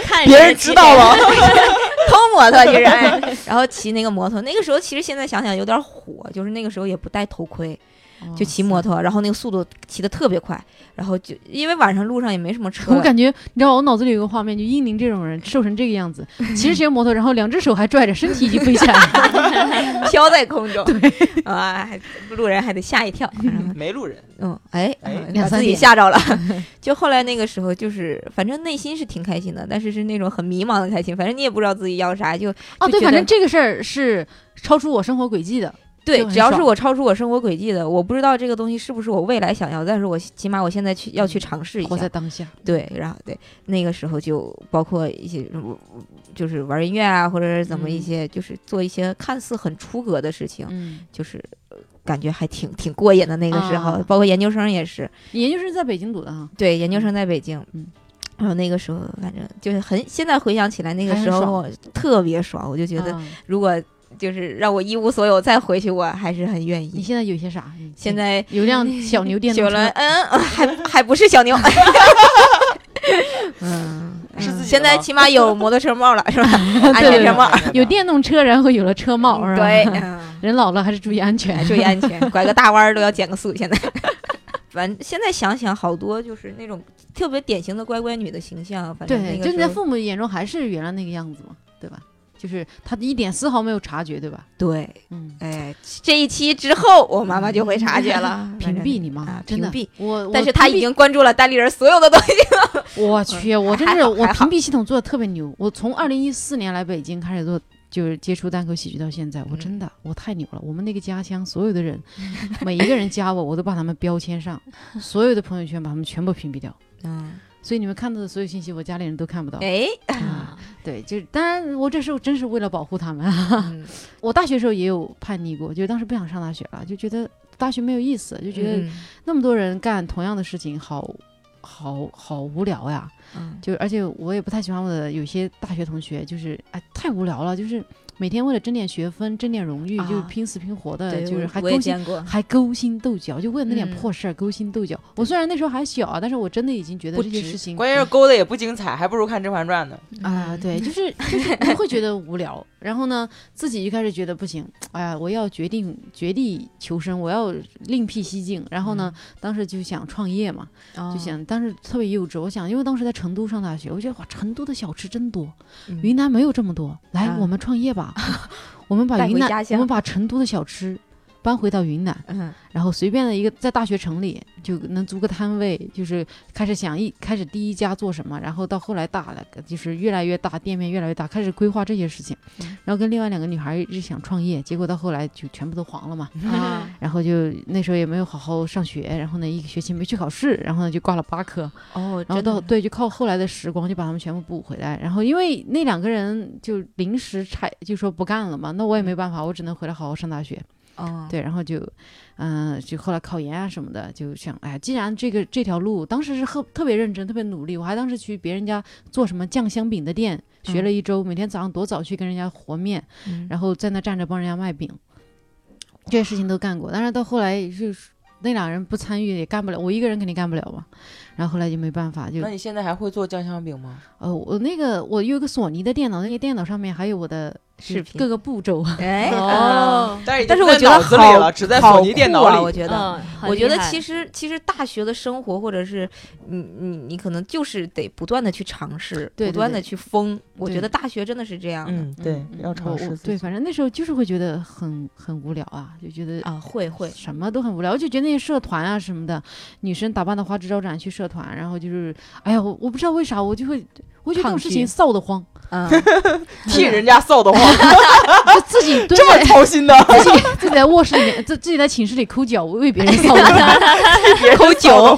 B: 看
D: 别人知道了，
C: 偷摩托就是，哎然后骑那个摩托，那个时候其实现在想想有点火，就是那个时候也不戴头盔，
A: 哦
C: 就骑摩
A: 托。
C: 托，然后那个速度骑得特别快，然后就因为晚上路上也没什么车，
A: 我感觉，你知道，我脑子里有个画面，就英宁这种人瘦成这个样子， 骑着骑着摩托，然后两只手还拽着，身体已经飞起来 了。
C: 飘在空中，啊，还路人还得吓 一跳，然后
D: 没路人，
C: 嗯，哎，
D: 哎
C: 啊
A: 两
C: 把
A: 三
C: 自己
A: 点
C: 吓 着了。就后来那个时候，就是反正内心是挺开心的，但是是那种很迷茫的开心，反正你也不知道自己要啥，就
A: 哦，
C: 就
A: 对，
C: 觉
A: 反正
C: 得
A: 这个事儿是超出我生活轨迹的。
C: 对
A: 就，很
C: 只要是
A: 爽
C: 我超出我生活轨迹的，我不知道这个东西是不是我未来想要，但是我起码我现在去要去尝试一下，
A: 活在当下，
C: 对，然后对那个时候就包括一些就是玩音乐啊，或者是怎么一
A: 嗯
C: 些，就是做一些看似很出格的事情，
A: 嗯，
C: 就是呃感觉还挺挺过瘾的。那个时候，
A: 啊
C: 包括研究生也是，
A: 研究生在北京读的啊，
C: 对，研究生在北京，
A: 嗯
C: 然后那个时候反正就是很，现在回想起来那个
A: 还很
C: 时候
A: 爽
C: 我特别爽，我就觉得
A: 啊
C: 如果就是让我一无所有再回去，我还是很愿
A: 你
C: 意。
A: 现在有些啥？你
C: 现在
A: 有辆小牛电
C: 有
A: 嗯动
C: 了，
A: 车，
C: 嗯，还还不是小牛，嗯，
D: 是自己
C: 现
D: 的
C: 在
D: 吗
C: 起码有摩托车帽了，是吧？安全车帽，
A: 哎有电动车，然后有了车帽，是吧？
C: 对，， 嗯
A: 人老了还是注意安全
C: 哎。注意安全，拐个大弯儿都要减个速。现在， 反正现在想想，好多就是那种特别典型的乖乖女的形象。反 正
A: 对，
C: 那个
A: 就你在
C: 时候
A: 父母眼中还是原来那个样子嘛，对吧？就是他一点丝毫没有察觉，对吧？
C: 对，
A: 嗯，
C: 哎，这一期之后，我妈妈就会察 觉了，
A: 屏蔽你妈
C: 啊，
A: 真的
C: 屏蔽。
A: 我，我
C: 但是她
A: 屏蔽
C: 已经关注了单立人所有的东西。
A: 我去，我真
C: 还
A: 是
C: 好
A: 我
C: 还
A: 屏
C: 好
A: 蔽系统做的特别牛。我从二零一四年来北京开始做，就是接触单口喜剧到现在，
C: 嗯
A: 我真的我太牛了。我们那个家乡所有的人， 每一个人加我，我都把他们标签 上，所有的朋友圈把他们全部屏蔽掉。
C: 嗯，
A: 所以你们看到的所有信息，我家里人都看不到。
C: 哎，
A: 啊，对，就是当然，我这时候真是为了保护他们。
C: 嗯
A: 我大学时候也有叛逆过，就是当时不想上大学了，就觉得大学没有意思，就觉得
C: 嗯
A: 那么多人干同样的事情，好好好无聊呀。
C: 嗯
A: 就而且我也不太喜欢我的有些大学同学，就是哎太无聊了，就是每天为了争点学分、争点荣誉，
C: 啊
A: 就拼死拼活的，
C: 对，
A: 就是
C: 我
A: 还
C: 我也
A: 勾心
C: 见过，
A: 还勾心斗角，就为了那点
B: 嗯
A: 破事儿勾心斗角。我虽然那时候还小啊，但是我真的已经觉得
C: 不
A: 这些
C: 值
A: 事情
D: 关键是勾的也不精彩，还不如看《甄嬛传》呢。
A: 啊，
B: 嗯
A: 对，就是 就是你会觉得无聊，然后呢，自己就开始觉得不行，哎呀，我要决定绝地求生，我要另辟蹊径。然后呢，
C: 嗯
A: 当时就想创业嘛， 就
C: 就
A: 想当时特别幼稚，我想，因为当时在成都上大学，我觉得哇，成都的小吃真多，
D: 嗯
A: 云南没有这么多，来，
C: 啊
A: 我们创业吧， 我们把
C: 带回
A: 云南
C: 家，乡
A: 我们把成都的小吃搬回到云南。
C: 嗯
A: 然后随便的一个在大学城里就能租个摊位，就是开始想一开始第一家做什么，然后到后来大了，就是越来越大，店面越来越大，开始规划这些事情
C: 嗯，
A: 然后跟另外两个女孩儿一直想创业，结果到后来就全部都黄了嘛。
C: 啊
A: 然后就那时候也没有好好上学，然后呢一个学期没去考试，然后呢就挂了八科，
C: 哦，
A: 然后
C: 真
A: 到
C: 的
A: 对，就靠后来的时光就把他们全部补回来。然后因为那两个人就临时拆，就说不干了嘛，那我
C: 嗯
A: 也没办法，我只能回来好好上大学。
C: 哦，
A: 对，然后就，嗯、就后来考研啊什么的，就想，哎，既然这个这条路，当时是特特别认真，特别努力，我还当时去别人家做什么酱香饼的店学
C: 嗯
A: 了一周，每天早上多早去跟人家和面，
C: 嗯，
A: 然后在那站着帮人家卖饼，这些事情都干过。但是到后来就是那俩人不参与也干不了，我一个人肯定干不了嘛。然后后来就没办法，就
D: 那你现在还会做酱香饼吗？
A: 呃，我那个我有一个索尼的电脑，那个电脑上面还有我的
C: 视频
A: 各个步骤。啊
C: 哎
B: 哦，
D: 但是已
C: 但是
D: 经在
C: 我觉得
D: 脑子里
C: 好
D: 了，只在
C: 好
D: 索尼电
C: 酷
D: 脑
C: 啊
D: 里。
C: 我觉得。
B: 嗯，
C: 我觉得其
B: 实
C: 实其实大学的生活，或者是你你你可能就是得不断的去尝试，
A: 对对
C: 不断的
A: 对
C: 去疯。我觉
A: 对
C: 得大学真的是这样的
D: 嗯，对
A: 嗯，
D: 要尝
A: 我
D: 试
A: 我
D: 自己。
A: 对，反正那时候就是会觉得很很无聊啊，就觉得
C: 啊，会会
A: 什么都很无聊，我就觉得那些社团啊什么的，女生打扮的花枝招展去社团，然后就是，哎呀，我我不知道为啥，我就会，我觉得这种
C: 抗
A: 事
C: 拒
A: 情臊得慌，
C: 啊，
D: 替人家臊得慌，
A: 就自己蹲
D: 这么
A: 在
D: 操心的，
A: 自己自己在卧室里面，自自己在寝室里抠脚，为别人臊得慌，
D: 抠
C: 酒，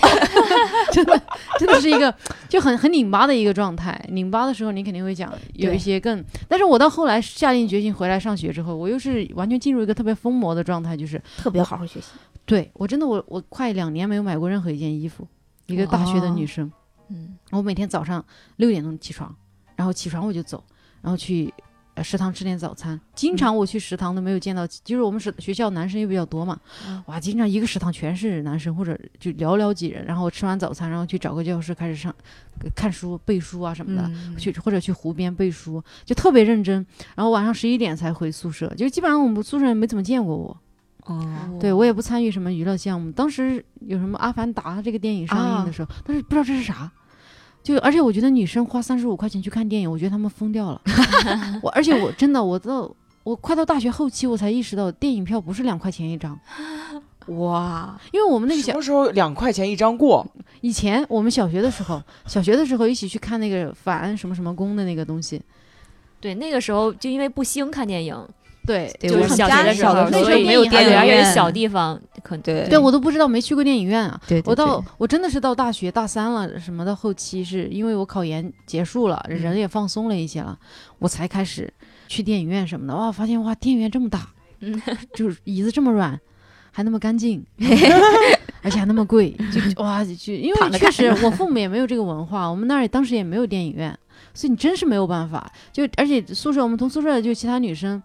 A: 真的真的是一个就很很拧巴的一个状态。拧巴的时候，你肯定会讲有一
C: 对
A: 些更，但是我到后来下定决心回来上学之后，我又是完全进入一个特别疯魔的状态，就是
C: 特别好好学习。
A: 对我真的我我快两年没有买过任何一件衣服，一个大学的女
C: 哦
A: 生，
C: 嗯，
A: 我每天早上六点钟起床，然后起床我就走，然后去呃食堂吃点早餐。
C: 嗯
A: 经常我去食堂都没有见到，就是我们是学校男生又比较多嘛，
C: 嗯
A: 哇，经常一个食堂全是男生或者就寥寥几人，然后吃完早餐，然后去找个教室开始上呃看书背书啊什么的。
C: 嗯
A: 去或者去湖边背书，就特别认真。然后晚上十一点才回宿舍，就基本上我们宿舍人没怎么见过我。
B: 嗯
C: 哦，
A: 对我也不参与什么娱乐项目。当时有什么《阿凡达》这个电影上映
B: 啊
A: 的时候，但是不知道这是啥。就而且我觉得女生花三十五块钱去看电影，我觉得她们疯掉 了。我而且我真的我到我快到大学后期，我才意识到电影票不是两块钱一张，
C: 哇，
A: 因为我们那个
D: 什
A: 小
D: 么时候两块钱一张过？
A: 以前我们小学的时候，小学的时候一起去看那个反什么什么宫的那个东西，
B: 对那个时候就因为不兴看电影，
A: 对，
C: 对
B: 就
C: 我
B: 是
C: 们
B: 小
C: 家
B: 学的
C: 小的
B: 候，
C: 时候
B: 所以
C: 也
B: 没
C: 没
B: 有
C: 有
B: 电
C: 电影
B: 而且是
C: 院
B: 小地方，可能
C: 对
A: 对我都不知道没去过电影院啊。
C: 对，
A: 我
C: 对
A: 到我真的是到大学大三了什么的后期，是因为我考研结束了，人
C: 嗯
A: 也放松了一些了，我才开始去电影院什么的。哇，发现哇，电影院这么大，
B: 嗯
A: 就是椅子这么软，还那么干 净，而且还那么贵，就哇就因为
C: 躺着
A: 确
C: 看
A: 实我父母也没有这个文化，我们那儿也当时也没有电影院，所以你真是没有办法。就而且宿舍我们同宿舍就其他女生，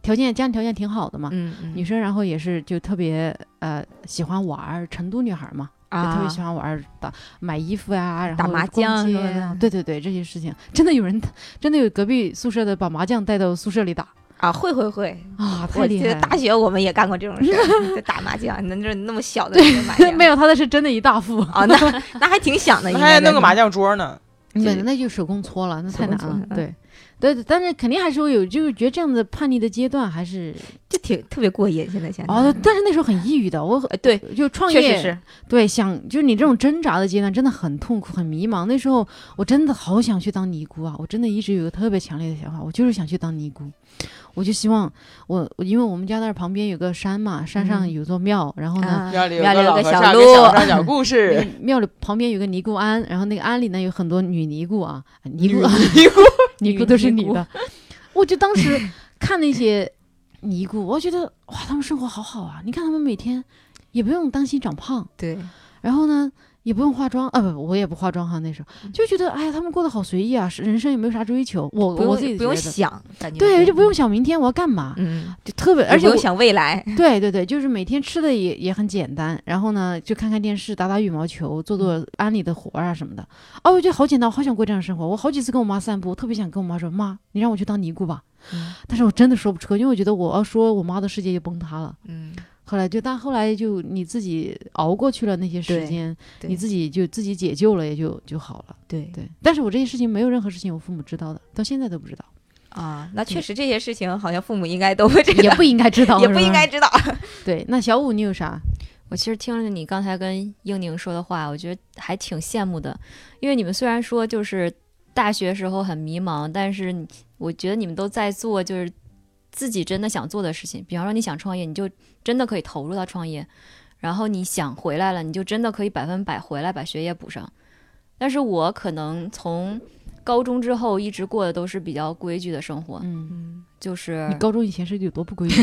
A: 条件家庭条件挺好的嘛。
C: 嗯嗯
A: 女生，然后也是就特别呃喜欢玩儿，成都女孩儿嘛，就特别
C: 啊
A: 喜欢玩儿打买衣服呀，然后
C: 打麻
A: 逛
C: 将
A: 街
C: 什么的
A: 啊对对对，这些事情真的有人，真的有隔壁宿舍的把麻将带到宿舍里打
C: 啊，会会会，
A: 啊，太
C: 我
A: 厉
C: 记得
A: 害
C: 大
A: 了。
C: 学我们也干过这种事儿， 就打麻将，那那那么小的一个麻将，
A: 没有，他的是真的一大副，
C: 啊，那那还挺
A: 哎
C: 响的，
D: 那
C: 应
D: 还
C: 该
D: 弄个麻
C: 将
D: 将桌呢。
A: 对，
C: 是
A: 那就手工搓了，那太
C: 手
A: 难
C: 工
A: 了
C: 搓。嗯
A: 对，对，但是肯定还是会有，就是觉得这样的叛逆的阶段还是
C: 就挺特别过瘾。现在想想
A: 哦，，但是那时候哦很抑郁的，我
C: 呃对，
A: 就创
C: 确实
A: 业，
C: 是，
A: 对，想就是你这种挣扎的阶段真的很痛苦、很迷茫。那时候我真的好想去当尼姑啊！我真的一直有个特别强烈的想法，我就是想去当尼姑。我就希望我，我因为我们家那儿旁边有个山嘛，山上
C: 嗯
A: 有座庙，然后呢，
C: 啊
D: 要留
C: 要
D: 个
C: 留
D: 老
C: 个
D: 和
C: 小
D: 尚
C: 路
D: 给小和尚讲故
A: 那个
D: 事。
A: 庙里旁边有个尼姑庵，然后那个庵里呢有很多女尼姑啊，尼姑、
D: 尼姑，
A: 尼
B: 女
A: 姑都是
B: 尼
A: 女
B: 姑
A: 的。我就当时看那些尼姑，我觉得哇，他们生活好好啊！你看他们每天也不用担心长胖，
C: 对，
A: 然后呢，也不用化妆啊，不，我也不化妆哈。那时
C: 嗯
A: 候就觉得，哎呀，他们过得好随意啊，是人生也没有啥追求。我
C: 不
A: 我自己
C: 用不用
A: 觉得，
C: 想，感觉
A: 对，
C: 是
A: 就不用，想明天我要干嘛，
C: 嗯，
A: 就特别，
C: 也
A: 而
C: 不
A: 且我
C: 用想未来，
A: 对对对，就是每天吃的也也很简单，然后呢，就看看电视，打打羽毛球，做
C: 嗯
A: 做安利的活儿啊什么的。哦，我觉得好简单，我好想过这样的生活。我好几次跟我妈散步，我特别想跟我妈说，妈，你让我去当尼姑吧。
C: 嗯
A: 但是我真的说不出口，因为我觉得我要说，我妈的世界就崩塌了。
C: 嗯，
A: 后来就，但后来就你自己熬过去了那些时
C: 对
A: 间，
C: 对
A: 你自己就自己解救了，也就就好了。
C: 对
A: 对，但是我这些事情没有任何事情我父母知道的，到现在都不知道，
C: 啊，那确实这些事情好像父母应该都会知
A: 也
C: 道，
A: 不应该知道， 是
C: 也不
A: 吧
C: 应该。知道，
A: 对，那小五你有啥？
B: 我其实听了你刚才跟英宁说的话，我觉得还挺羡慕的，因为你们虽然说就是大学时候很迷茫，但是你我觉得你们都在做就是自己真的想做的事情。比方说你想创业，你就真的可以投入到创业；然后你想回来了，你就真的可以百分百回来把学业补上。但是我可能从高中之后一直过的都是比较规矩的生活，
A: 嗯，
C: 嗯，
B: 就是
A: 你高中以前是有多不规矩？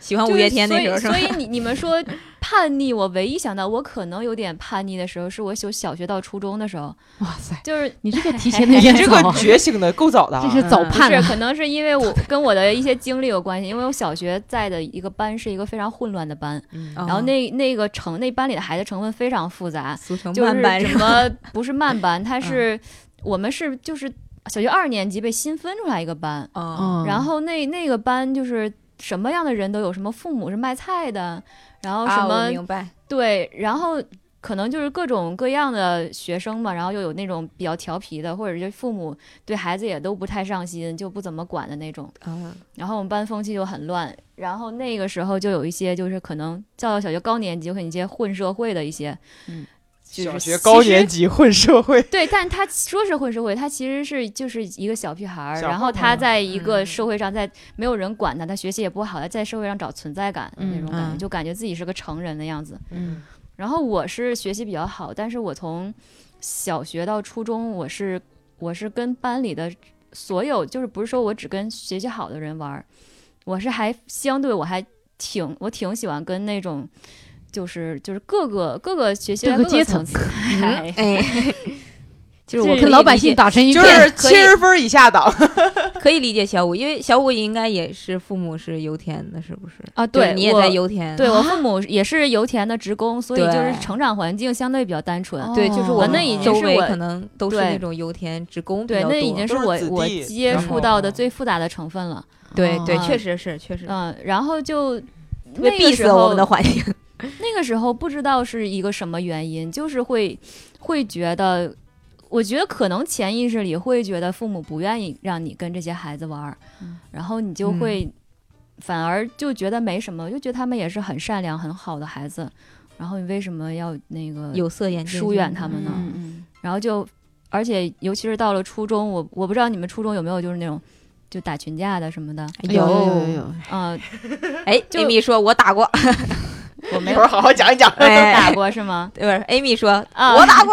C: 喜欢
B: 就
C: 啊五
B: 是
C: 月天那
B: 所以
C: 时候是吧
B: 所？以你你们说叛逆，我唯一想到我可能有点叛逆的时候，是我小小学到初中的时候，
A: 哇塞，
B: 就是
A: 你这个提前的有点
D: 这
A: 早
D: 个
A: 啊，
D: 觉醒的够早的啊，
A: 这是早
C: 嗯
B: 不
A: 判
B: 是
A: 啊。
B: 可能是因为我跟我的一些经历有关系，因为我小学在的一个班是一个非常混乱的班，
D: 嗯
C: 然
B: 然后那那个成那班里的孩子成分非常复杂，
C: 俗称
B: 就是
C: 慢班
B: 什
C: 是吧？嗯
B: 么不是慢班，它是我们是就是小学二年级被新分出来一个班，
C: 哦，
A: 嗯，
B: 然后那那个班就是什么样的人都有，什么父母是卖菜的，然后什
C: 啊，
B: 么、
C: 我明白，
B: 对，然后可能就是各种各样的学生嘛，然后又有那种比较调皮的，或者是父母对孩子也都不太上心，就不怎么管的那种。
C: 嗯
B: 然后我们班风气就很乱，然后那个时候就有一些就是可能到小学高年级会有一些混社会的一些，
A: 嗯，
B: 就是
D: 小学高
B: 其实
D: 年级混社会，
B: 对，但他说是混社会，他其实是就是一个小屁孩儿，
D: 小
B: 然
D: 混
B: 后
D: 混
B: 他
D: 儿
B: 在一个
C: 嗯
B: 社会上，在没有人管他，他学习也不好，他在社会上找存在感的那
A: 嗯
B: 种感觉，
C: 嗯
B: 就感觉自己是个成人的样子。
A: 嗯
B: 然后我是学习比较好，但是我从小学到初中，我是我是跟班里的所有，就是不是说我只跟学习好的人玩儿，我是还相对我还挺我挺喜欢跟那种就是就是各个各个学习
A: 各
B: 的
A: 个
B: 各
A: 阶
B: 层
A: 层
B: 次，哎
C: 嗯，哎，就是我
B: 这
A: 跟
C: 可以
A: 老百
C: 理解
A: 姓打成一
D: 就
A: 片。
D: 是七十分以下档，
C: 可以理解小五，因为小五应该也是父母是油田的，是不是？
B: 啊，
C: 就
B: 对，
C: 是你也
B: 我
C: 在油田，
B: 对我父母也是油田的职工，所以就是
C: 对
B: 成长环境相对比较单纯。
A: 哦
C: 对，就是我
B: 那
C: 们
B: 已经
C: 周
B: 是
C: 围
B: 我
C: 可能都是
B: 对
C: 那种油田职工比
B: 对，
C: 较
B: 那已
C: 多
B: 经
C: 嗯
D: 都是
B: 我
D: 子
B: 我
D: 弟
B: 接
D: 然
B: 触到的
D: 后
B: 最复杂的成分了。
C: 对对，
B: 啊
C: 确实是确实，
B: 嗯，然后就
C: 会
B: 那
C: 逼
B: 个
C: 死
B: 时
C: 啊我
B: 候
C: 们的环境。
B: 那个时候不知道是一个什么原因，就是会会觉得，我觉得可能潜意识里会觉得父母不愿意让你跟这些孩子玩儿，
A: 嗯
B: 然后你就会、反而就觉得没什么，就觉得他们也是很善良很好的孩子，然后你为什么要那个
C: 有色眼镜，
B: 疏远他们呢？
A: 嗯嗯
B: 然后就，而且尤其是到了初中，我我不知道你们初中有没有就是那种就打群架的什么的，
A: 嗯，有有
C: 有，
A: 有，
B: 嗯、
C: 哎
B: 就
C: ，Amy 说我打 过，
B: 我没
D: 一
B: 有
D: 会儿好好讲一讲。
B: 打
C: 哎，
B: 过是吗？
C: 对吧？Amy 说
B: 啊
C: 我打过，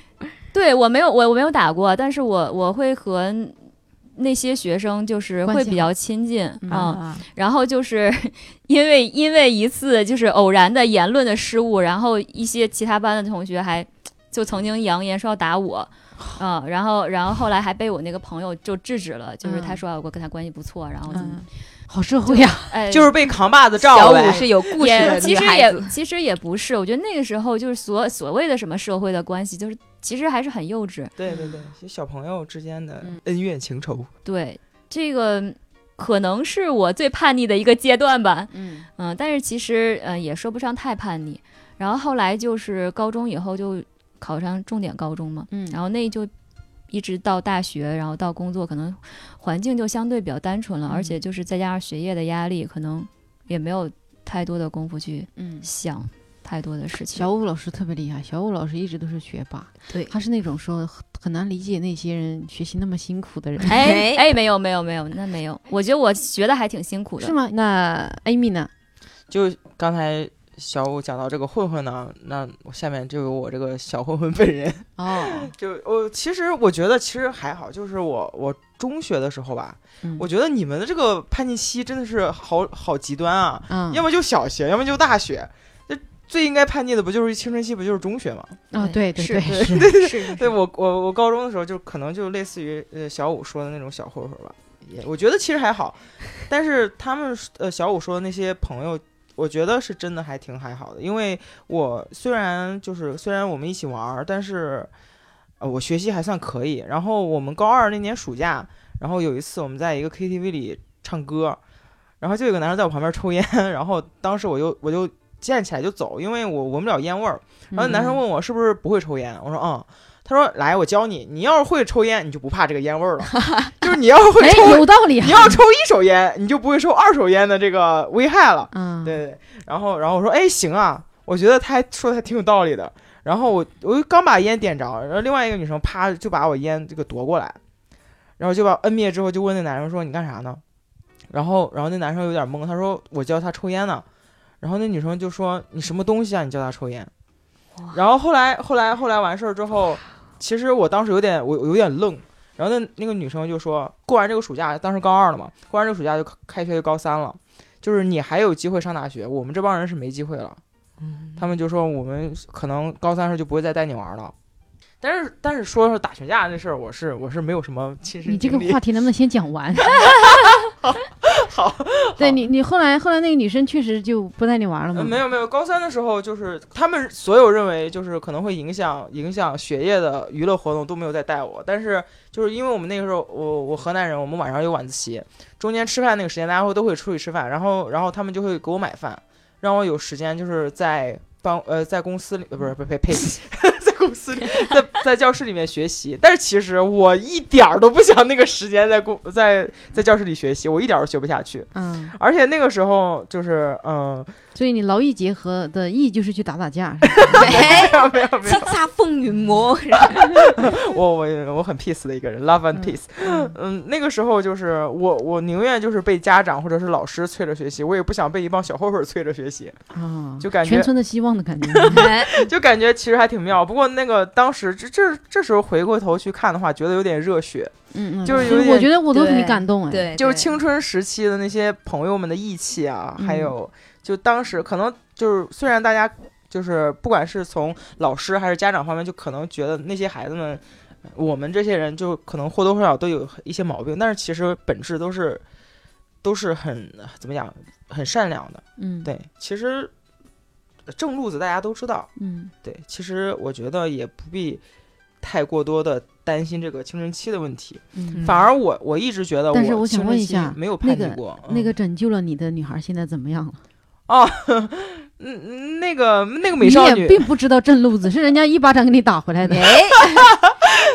B: 对我没有我我没有打过，但是我我会和那些学生就是
A: 关系
B: 会比较亲近啊、
A: 嗯
C: 啊
B: 然后就是 因为因为一次就是偶然的言论的失误，然后一些其他班的同学还就曾经扬言说要打 我。啊，然后，然后后来还被我那个朋友就制止了，就是他
C: 嗯
B: 说啊我跟他关系不错，然后怎么
C: 嗯，
A: 好社会啊呀。
B: 哎，
D: 就是被扛把子
C: 小
D: 照
C: 五
D: 呗，
C: 是有故事
B: 也
C: 的
B: 其
C: 女
B: 实
C: 孩
B: 也
C: 子，
B: 其实也不是，我觉得那个时候就是所所谓的什么社会的关系，就是其实还是很幼稚。
D: 对对对，其实小朋友之间的
A: 嗯
D: 恩怨情仇，
B: 对，这个可能是我最叛逆的一个阶段吧。
A: 嗯
B: 嗯，但是其实嗯、呃也说不上太叛逆。然后后来就是高中以后就考上重点高中嘛，
A: 嗯
B: 然后那就一直到大学，然后到工作，可能环境就相对比较单纯了，
A: 嗯
B: 而且就是再加上学业的压力，可能也没有太多的功夫去
A: 嗯，
B: 想太多的事情。
A: 小武老师特别厉害，小武老师一直都是学霸，
C: 对
A: 他是那种说很很难理解那些人学习那么辛苦的人，
B: 哎
C: 哎
B: 哎，没有没有没有，那没有，我觉得我学的还挺辛苦 的。
A: 是吗？那 Amy 呢？
D: 就刚才小五讲到这个混混呢，那我下面就有我这个小混混本人。
A: 哦，
D: 就我其实我觉得其实还好，就是我我中学的时候吧，
A: 嗯
D: 我觉得你们的这个叛逆期真的是好好极端啊，
A: 嗯
D: 要么就小学，要么就大学。这最应该叛逆的不就是青春期，不就是中学吗？
A: 啊，对对
B: 是
A: 对，
B: 对对是，
D: 对我我我高中的时候就可能就类似于呃小五说的那种小混混吧，也我觉得其实还好，但是他们呃小五说的那些朋友，我觉得是真的还挺还好的，因为我虽然就是虽然我们一起玩儿，但是呃我学习还算可以。然后我们高二那年暑假，然后有一次我们在一个 KTV 里唱歌，然后就有个男生在我旁边抽烟，然后当时我就我就站起来就走，因为我闻不了烟味儿。然后男
A: 嗯
D: 生问我是不是不会抽烟，我说嗯。他说：“来，我教你。你要是会抽烟，你就不怕这个烟味 儿了。就是你要是会
A: 哎
D: 抽，，
A: 有道理
D: 你
A: 哈，
D: 要抽一手烟，你就不会受二手烟的这个危害了。
A: 嗯，
D: 对对。然后，然后我说，哎，行啊，我觉得他还说的还挺有道理的。然后我我就刚把烟点着，然后另外一个女生啪就把我烟这个夺过来，然后就把我摁灭之后，就问那男生说你干啥呢？然后然后那男生有点懵，他说我教他抽烟呢。然后那女生就说你什么东西啊？你教他抽烟？然后后来后来后来完事儿之后，其实我当时有点我我有点愣。然后那那个女生就说，过完这个暑假，当时高二了嘛，过完这个暑假就开学就高三了，就是你还有机会上大学，我们这帮人是没机会了。他们就说我们可能高三时候就不会再带你玩了。但是但是说说打群架这事儿，我是我是没有什么亲身
A: 你这个
D: 经历
A: 话。题能不能先讲完？
D: 好，
A: 对你，你后来后来那个女生确实就不带你玩了吗？
D: 呃没有没有，高三的时候就是他们所有认为就是可能会影响影响学业的娱乐活动都没有再带我，但是就是因为我们那个时候我我河南人，我们晚上有晚自习，中间吃饭那个时间大家会都会出去吃饭，然后然后他们就会给我买饭，让我有时间就是在办呃在公司里呃不是呸呸 呸，在公司里在在教室里面学习，但是其实我一点儿都不想那个时间在公在在教室里学习，我一点儿都学不下去，
A: 嗯，
D: 而且那个时候就是嗯。
A: 所以你劳逸结合的意就是去打打架，
C: 哎，
D: 没有没有没
C: 叱咤风云魔，
D: 有， 我我我很 peace 的一个人，love and
A: 嗯
D: peace。嗯， 那个时候就是我我宁愿就是被家长或者是老师催着学习，我也不想被一帮小混混催着学习，
A: 啊，
D: 就感觉
A: 全村的希望的感 觉。嗯
D: 就感觉其实还挺妙。不过那个当时这这这时候回过头去看的话，觉得有点热血，
A: 嗯，嗯
D: 就是
A: 所以
D: 有
A: 我
D: 点
A: 觉得我都很
C: 对
A: 感动哎。，
C: 对，
D: 就是
C: 对
D: 青春时期的那些朋友们的义气啊，还
A: 嗯
D: 有就当时可能就是虽然大家就是不管是从老师还是家长方面，就可能觉得那些孩子们，我们这些人就可能或多或少都有一些毛病，但是其实本质都是都是很怎么讲，很善良的。
A: 嗯，，
D: 对，其实正路子大家都知道。
A: 嗯，
D: 对，其实我觉得也不必太过多的担心这个青春期的问题。
A: 嗯
D: 反而我我一直觉得，
A: 但是我想问一下
D: 没有
A: 那
D: 叛
A: 个
D: 逆过
C: 嗯
D: 嗯
A: 那个拯救了你的女孩现在怎么样了？
D: 哦，嗯，那个那个美
A: 你
D: 少
A: 也
D: 女，
A: 并不知道正路子， 是人家一巴掌给你打回来的。
C: 哎，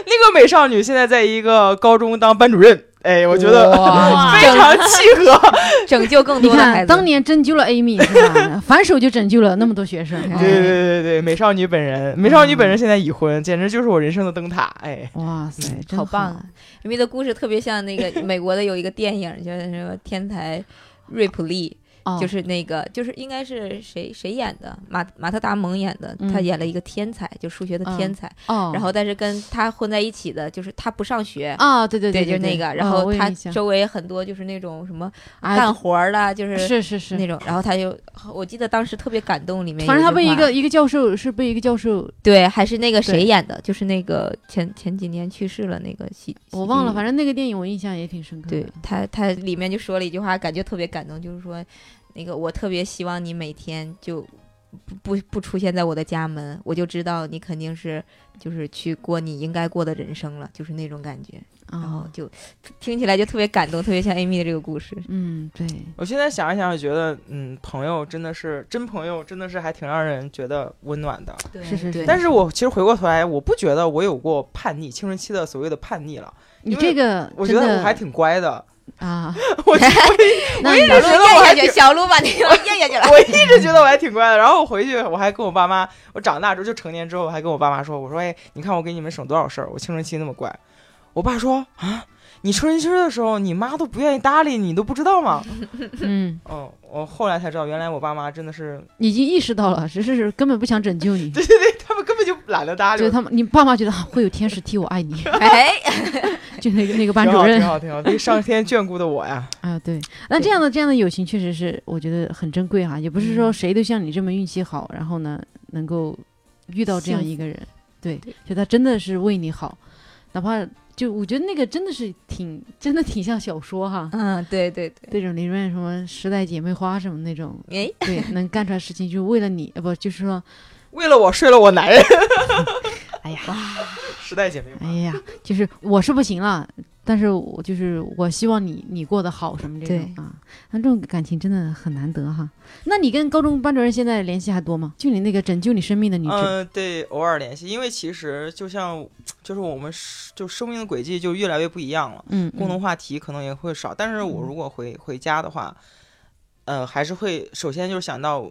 D: 那个美少女现在在一个高中当班主任，哎，我觉得
C: 哇
D: 非常 契合。
C: 拯救更
A: 你
C: 多的孩
A: 看，
C: 子。
A: 当年拯救了 Amy，是 吧反手就拯救了那么多学生。
D: 对
A: 哎
D: 对对对对，美少女本人，美少女
A: 嗯
D: 本人现在已婚，简直就是我人生的灯塔，哎。
A: 哇塞，真
C: 好棒啊！因为的故事特别像那个美国的有一个电影，叫什么《天才瑞普利》，
A: 哦
C: 就是那个就是应该是谁谁演的，马马特达蒙演的，
A: 嗯
C: 他演了一个天才，就数学的天才，
A: 哦，
C: 然后但是跟他混在一起的就是他不上学。
A: 啊，对对
C: 对，就
A: 对，
C: 是那个，然
A: 哦
C: 后
A: 我有
C: 他
A: 印象
C: 周围很多就是那种什么
A: 啊
C: 干，活儿啦，就是
A: 是是是
C: 那，种，然后他就，我记得当时特别感动，里面
A: 反正
C: 有
A: 他被
C: 句
A: 一
C: 话
A: 个一个教授是被一个教授，
C: 对，还是那个
A: 对
C: 谁演的，就是那个前前几年去世了那个喜，
A: 我忘了，
C: 正。
A: 反正那个电影我印象也挺
D: 嗯
A: 深刻的。
C: 对他，他里面就说了一句话，感觉特别感动，就是说，那个我特别希望你每天就不不不出现在我的家门，我就知道你肯定是就是去过你应该过的人生了，就是那种感觉。然后
D: 哦
A: 啊，
C: 就听起来就特别感动，特别像 Amy 的这个故事。
A: 嗯，对，
D: 我现在想一想，我觉得，嗯，朋友真的是真朋友，真的是还挺让人觉得温暖的。
C: 对
A: 是是
C: 对
D: 但是我其实回过头来，我不觉得我有过叛逆，青春期的所谓的叛逆了。
A: 你
D: 因
A: 这
D: 为
A: 个
D: 我觉
A: 真
D: 得
A: 的
D: 我还挺乖的，
A: 啊，
D: 我
A: 那
D: 一
A: 你
D: 直觉得我
C: 咽下
D: 还挺
C: 去，小鹿把那个咽下去 了。
D: 我一直觉得我还挺乖的。然后我回去，我还跟我爸妈，我长大之后就成年之后，我还跟我爸妈说，我说，哎，你看我给你们省多少事儿，我青春期那么乖。我爸说啊，你青春期的时候，你妈都不愿意搭理你，你都不知道吗？
A: 嗯，
D: 嗯，我后来才知道，原来我爸妈真的是，
A: 已经意识到了，只是根本不想拯救你，
D: 对对对，他们根本就懒得搭理
A: 就
D: 我
A: 是。他们，你爸妈觉得啊会有天使替我爱你，
C: 哎，
A: 就那个那个班
D: 挺
A: 主
D: 好，挺
A: 任
D: 好，挺好，这上天眷顾的我呀。
A: 啊，对，那这样的这样的友情确实是我觉得很珍贵哈、也不是说谁都像你这么运气好，然后呢能够遇到这样一个人，对，就他真的是为你好，哪怕就我觉得那个真的是挺真的挺像小说哈，
C: 嗯，对对对，
A: 那种里面什么时代姐妹花什么那种，
C: 哎，
A: 对，能干出来事情就是为了你，呃不就是说，
D: 为了我睡了我男人，
A: 哎呀，
D: 时代姐妹花
A: 哎呀，就是我是不行了，但是我就是我希望你你过得好什么这种
C: 对
A: 啊，那这种感情真的很难得哈。那你跟高中班主任现在联系还多吗？就你那个拯救你生命的女子，
D: 嗯，对，偶尔联系，因为其实就像就是我们是就生命的轨迹就越来越不一样了，
A: 嗯，
D: 共
A: 嗯
D: 同话题可能也会少。但是我如果回回家的话，呃，还是会首先就是想到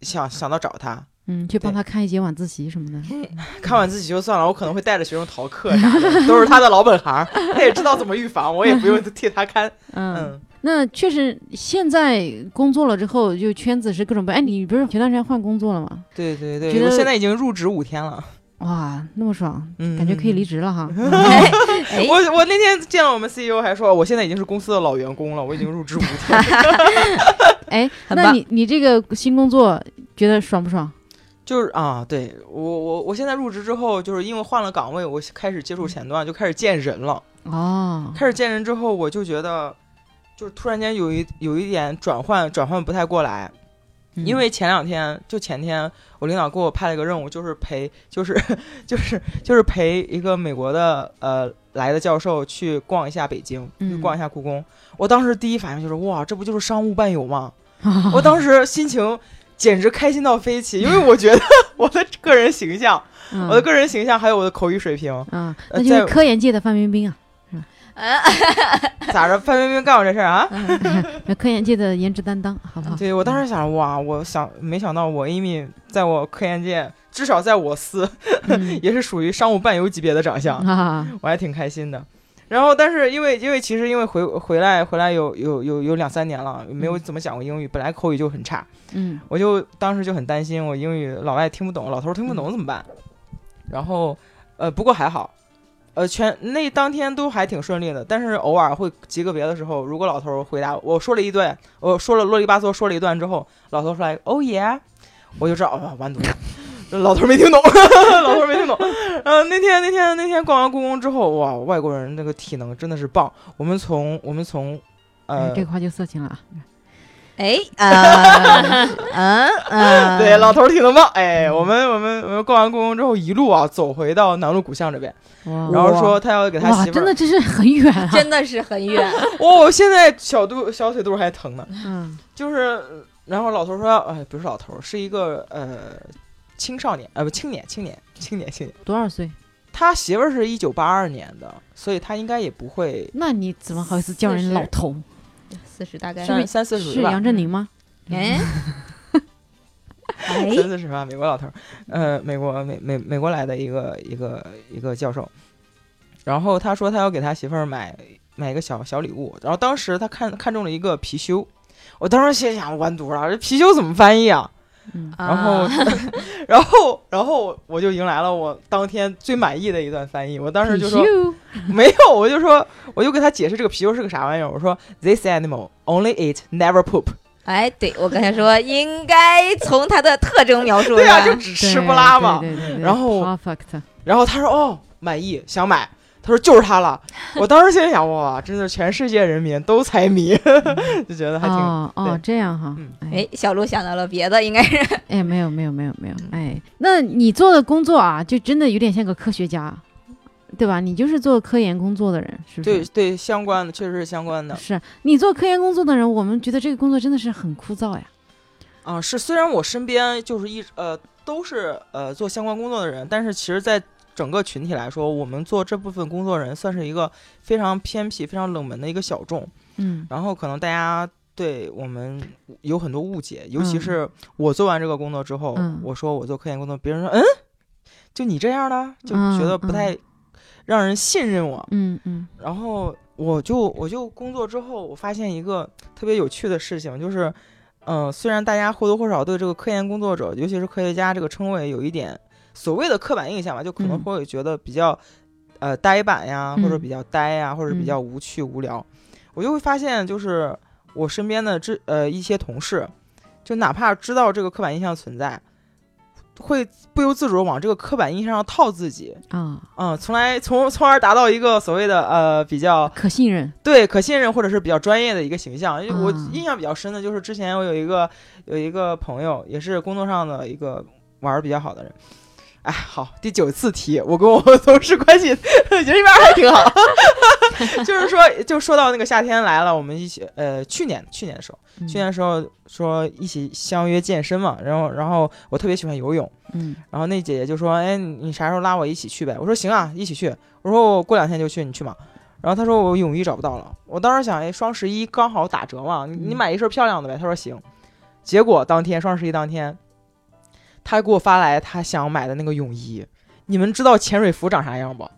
D: 想想到找他，
A: 嗯，去帮
D: 对
A: 他看一节晚自习什么的，
C: 嗯
D: 看完自己就算了，我可能会带着学生逃课啥的，都是他的老本行，他也知道怎么预防，我也 不用替他看。
A: 嗯，
D: 嗯，
A: 那确实现在工作了之后，就圈子是各种不，哎，你不是前段时间换工作了吗？
D: 对对
A: 觉
D: 对，
A: 得
D: 我现在已经入职五天了，
A: 哇，那么爽，
D: 嗯，
A: 感觉可以离
D: 职。
A: 职了 哈。
C: 哎
D: 我我那天见了我们 CEO 还说，我现在已经是公司的老员工了，我已经入职五天了。
A: 哎，
C: 很
A: 那
C: 棒
A: 你你这个新工作觉得爽不爽？
D: 就是啊，对我我我现在入职之后，就是因为换了岗位，我开始接
A: 嗯
D: 触前端，就开始见人了。
A: 哦，
D: 开始见人之后，我就觉得，就是突然间有一有一点转换，转换不太过来。
A: 嗯
D: 因为前两天就前天，我领导给我派了一个任务，就是陪，就是就是 就是陪一个美国的呃来的教授去逛一下北京，去
A: 嗯
D: 逛一下故宫。我当时第一反应就是，哇，这不就是商务伴游 吗？我当时心情简直开心到飞起，因为我觉得 我的个人形象，
A: 嗯
D: 我的个人形象还有我的口语水平，
A: 啊，
D: 呃
A: 那就是
D: 在
A: 科研界的范冰冰啊，
C: 嗯
D: 咋着？范冰冰干我这事儿啊？
A: 那呃科研界的颜值担当，好不好？
D: 对我当时想，哇，我想没想到我 Amy 在我科研界，至少在我司
A: 嗯
D: 也是属于商务伴游级别的长相，
A: 啊，
D: 我还挺开心的。然后，但是因为因为其实因为回回来回来有有有有两三年了，没有
A: 嗯
D: 怎么讲过英语，本来口语就很差，
A: 嗯
D: 我就当时就很担心，我英语老外听不懂，老头儿听不懂怎么办？然后，呃，不过还好，呃，全那当天都还挺顺利的，但是偶尔会极个别的时候，如果老头儿回答我说了一段，我说了啰里吧嗦说了一段之后，老头儿说来哦耶，我就知道哦完犊子，老头儿没听懂，老头儿没听懂。呃，那天那天那天逛完故宫之后，哇，外国人那个体能真的是棒。我们从我们从
A: 哎
D: 呃，
A: 这个话就色情了啊。
C: 哎， 呃，嗯嗯，
D: 对，老头儿挺能棒。哎，我们我们我们逛完故宫之后，一路啊走回到南锣鼓巷这边，
A: 哇
D: 然后说他要给他
A: 哇，
D: 媳妇
A: 真
D: 儿，
A: 的这是很远啊，
C: 真的是很远，
D: 哦，现在小肚小腿肚还疼呢。
A: 嗯
D: 就是，呃然后老头儿说，哎，不是老头儿，是一个呃青少年，呃不青年青年青年青年。
A: 多少岁？
D: 他媳妇儿是一九八二年的，所以他应该也不会
A: 那你怎么好意思叫人老头？
C: 四十大概，
D: 三三四十
A: 是
D: 吧嗯
A: 杨，振宁吗？
C: 哎， 哎，
D: 三四十吧，美国老头儿，呃，美国美美美国来的一个一个一个教授，然后他说他要给他媳妇儿买买一个小小礼物，然后当时他看看中了一个貔貅，我当时心想完犊了，这貔貅怎么翻译啊？
A: 嗯，
D: 然后，
C: 啊
D: 然后，然后我就迎来了我当天最满意的一段翻译。我当时就说
A: 貔貅
D: 没有，我就说我就给他解释这个貔貅是个啥玩意儿，我说 this animal only eat never poop，
C: 哎，对我刚才说应该从它的特征描述
D: 对呀、
C: 上
D: 啊，，就只吃不拉嘛。
A: 对对对对对
D: 然后
A: perfect，
D: 然后他说哦，满意，想买。他说就是他了。我当时心里想，哇，真的全世界人民都财迷， 就觉得还挺、
A: 哦哦
D: 对
A: 这样哈
D: 嗯，
A: 哎
C: 哎，小鹿想到了别的，应该是
A: 哎没有没有没有没有，
D: 嗯
A: 哎，那你做的工作啊，就真的有点像个科学家，对吧？你就是做科研工作的人，是不是？
D: 对对相关的，确实是相关的
A: 是你做科研工作的人，我们觉得这个工作真的是很枯燥呀。
D: 啊。是虽然我身边就是一直呃都是呃做相关工作的人，但是其实，在整个群体来说，我们做这部分工作人算是一个非常偏僻、非常冷门的一个小众。
A: 嗯
D: 然后可能大家对我们有很多误解，尤其
A: 嗯
D: 是我做完这个工作之后，
A: 嗯
D: 我说我做科研工作，别人说嗯，就你这样的，就觉得不太让人信任我。
A: 嗯嗯
D: 然后我就我就工作之后，我发现一个特别有趣的事情，就是，嗯、虽然大家或多或少对这个科研工作者，尤其是科学家这个称谓有一点所谓的刻板印象吧，就可
A: 嗯
D: 能会觉得比较呃呆板呀，或者
A: 嗯
D: 比较呆呀，或者比
A: 嗯
D: 较无趣无聊，我就会发现，就是我身边的这呃一些同事，就哪怕知道这个刻板印象存在，会不由自主地往这个刻板印象上套自己，
A: 啊，
D: 嗯，从来从从而达到一个所谓的呃比较
A: 可信任
D: 对可信任或者是比较专业的一个形象。因为我
A: 啊
D: 印象比较深的就是之前我有一个有一个朋友，也是工作上的一个玩儿比较好的人。哎，好，第九次题，我跟我同事关系我觉得一般还挺好。 就是说，就说到那个夏天来了，我们一起呃去年去年的时候，
A: 嗯
D: 去年的时候说一起相约健身嘛，然后然后我特别喜欢游泳。
A: 嗯
D: 然后那姐姐就说：“哎，你你啥时候拉我一起去呗？”我说：“行啊，一起去。”我说：“我过两天就去，你去嘛。”然后她说：“我泳衣找不到了。”我当时想：“哎，双十一刚好打折嘛，你你
A: 嗯
D: 买一身漂亮的呗。”她说：“行。”结果当天双十一当天，她给我发来她想买的那个泳衣。你们知道潜水服长啥样不？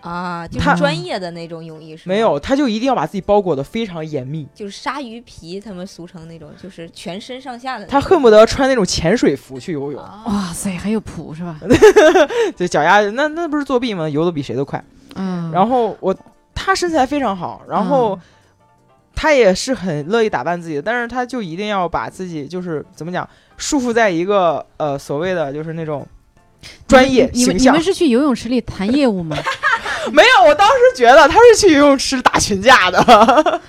C: 啊，就
D: 他
C: 是专业的那种泳衣是吗
D: 没，有，她就一定要把自己包裹得非常严密，
C: 就是鲨鱼皮，他们俗称那种，就是全身上下的那种。
D: 她恨不得哦穿那种潜水服去游泳。
C: 啊
A: 哇塞，还有谱是 吧？
D: 对，脚丫那那不是作弊吗？游得比谁都快。
A: 嗯，
D: 然后我她身材非常好，然后
A: 嗯
D: 她也是很乐意打扮自己的，但是她就一定要把自己就是怎么讲束缚在一个呃所谓的就是那种专业
A: 你们
D: 形
A: 你
D: 象
A: 们。是去游泳池里谈业务吗？
D: 没有，我当时觉得她是去游泳池打群架 的。